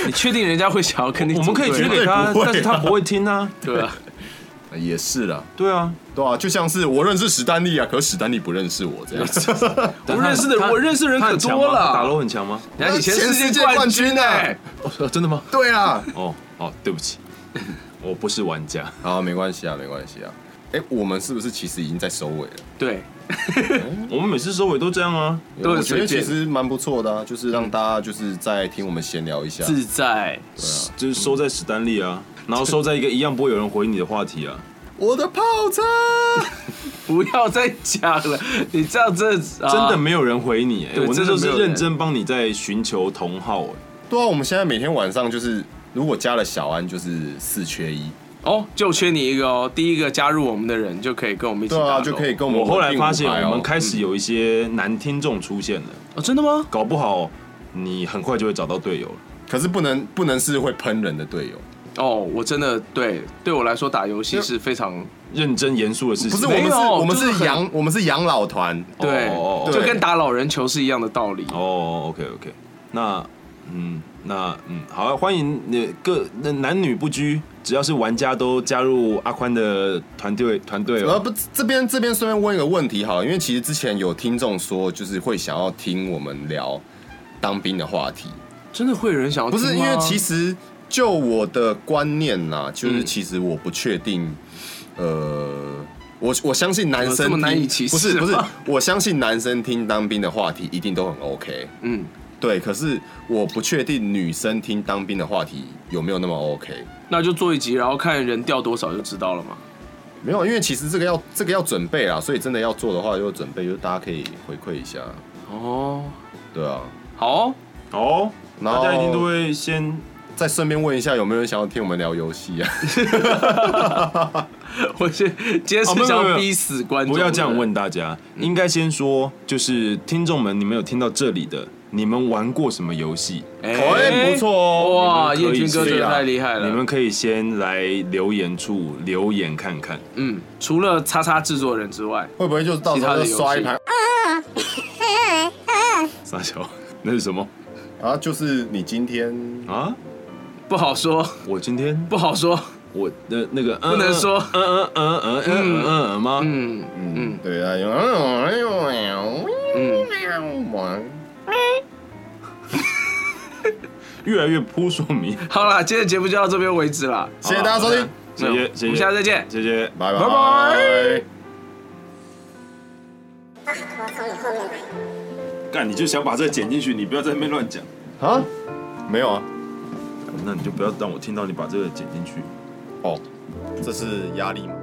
A: 你确定人家会想要跟你
B: 我
A: 组队
B: 们
A: 吗？
B: 可以贴给他，
C: 绝对不会啊
B: 但是他不会听啊。
A: 对啊，
C: 呃也是啦，
B: 对啊，
C: 对啊，就像是我认识史丹利啊，可史丹利不认识我这样。
A: 我认识的
B: 他
A: 人，我认识的人
B: 他
A: 可
B: 很强
A: 多
B: 吗他打
A: 了。
B: 楼很强吗？
A: 人家以前世
C: 前世
A: 界
C: 界
A: 冠
C: 冠
A: 军哎欸
C: 军
A: 呢、
C: 啊
B: 哦，真的吗？
C: 对啊啦，
B: 哦，哦，对不起，我不是玩家。
C: 好，没关系啊，没关系啊。哎、我们是不是其实已经在收尾了？
A: 对，
B: 我们每次收尾都这样啊。
A: 都
C: 我
A: 很
C: 觉
A: 随
C: 得其
A: 便
C: 实蛮不错的啊，就是让大家就是在听我们闲聊一下。
A: 自在。
B: 就是收在史丹利啊，然后收在一个一样不会有人回你的话题啊。
C: 我的泡车，
A: 不要再讲了，你这样真的、啊
B: 真的没有人回你、欸，
A: 对
B: 我那时候
A: 真的没
B: 是
A: 有人
B: 认真帮你在寻求同好、欸，
C: 对啊，我们现在每天晚上就是，如果加了小安就是四缺一，
A: 哦，就缺你一个哦。第一个加入我们的人就可以跟我们一起
C: 对
A: 打咯、
C: 啊，就可以跟我们
B: 我后来发现
C: 稳定五百哦
B: 我们开始有一些男听众出现了，
A: 哦，真的吗？
B: 搞不好你很快就会找到队友了。
C: 可是不能不能是会喷人的队友，
A: 哦，我真的对对我来说打游戏是非常
B: 认真严肃的事情，
C: 不是我
A: 没
C: 们是
A: 有
C: 我们
A: 就是
C: 是
A: 很
C: 养我们是养老团，
B: 哦
A: 对，
B: 哦哦
A: 就跟打老人球是一样的道理。
B: 哦，OK OK，那嗯，那嗯，好、啊，欢迎呃各那男女不拘，只要是玩家都加入阿宽的团队团队
C: 呃，
B: 哦。
C: 不，这边这边顺便问一个问题好了，因为其实之前有听众说，就是会想要听我们聊当兵的话题，
A: 真的会有人想要啊
C: 不是因为其
A: 实
C: 实就我的观念呐、就是
A: 嗯
C: 其实我不确定，呃，我我相信男
A: 有这
C: 生
A: 么难
C: 听
A: 以启
C: 不是
A: 齿
C: 不是
A: 吗，
C: 我相信男生听当兵的话题一定都很 OK，
A: 嗯，
C: 对，可是我不确定女生听当兵的话题有没有那么 OK。
A: 那就做一集，然后看人掉多少就知道了嘛。
C: 没有，因为其实这个要这个要准备啊，所以真的要做的话，就准备，就是大家可以回馈一下，
A: 哦，
C: 对啊。
A: 好 哦
B: 哦，
C: 然
B: 大
C: 后
B: 家一定都会先
C: 再顺便问一下，有没有人想要听我们聊游戏啊？
A: 我是今天
B: 哦没
A: 是
B: 有
A: 想
B: 没有
A: 要逼死观众，
B: 不要这样问大家，应该先说，就是听众们，你们有听到这里的，你们玩过什么游戏？
A: 对不对。
C: 口
A: 哎
C: 音不错哦，
A: 哇，
B: 你们
A: 彦
B: 可以
A: 军哥真
B: 试
A: 的
B: 啊
A: 太厉害了。
B: 你们可以先来留言处留言看看。
A: 嗯，除了叉叉制作人之外，
C: 会不会就是到时候就刷一盘
B: 傻小，那是什么
C: 啊？就是你今天
B: 啊？
A: 不好说，
B: 我今天
A: 不好说。
B: 我那那个不
A: 不能说
B: 嗯嗯嗯嗯嗯嗯嗯吗？
A: 嗯嗯
C: 对啊，有哎呦哎呦
A: 嗯，
C: 哎
B: 越来越扑朔迷。
A: 好啦，今天的节目就到这边为止啦。
C: 谢谢大家收听，
B: 谢
A: 那
B: 谢
A: 我
B: 谢谢，
A: 们下次再见。
B: 谢谢，
C: 拜
A: 拜
C: 拜。
D: 大头从你后面来。
B: 干，你就想把这个剪进去，你不要在那边乱讲。
C: 啊？没有啊，
B: 那你就不要让我听到你把这个剪进去。
C: 哦，这是压力吗？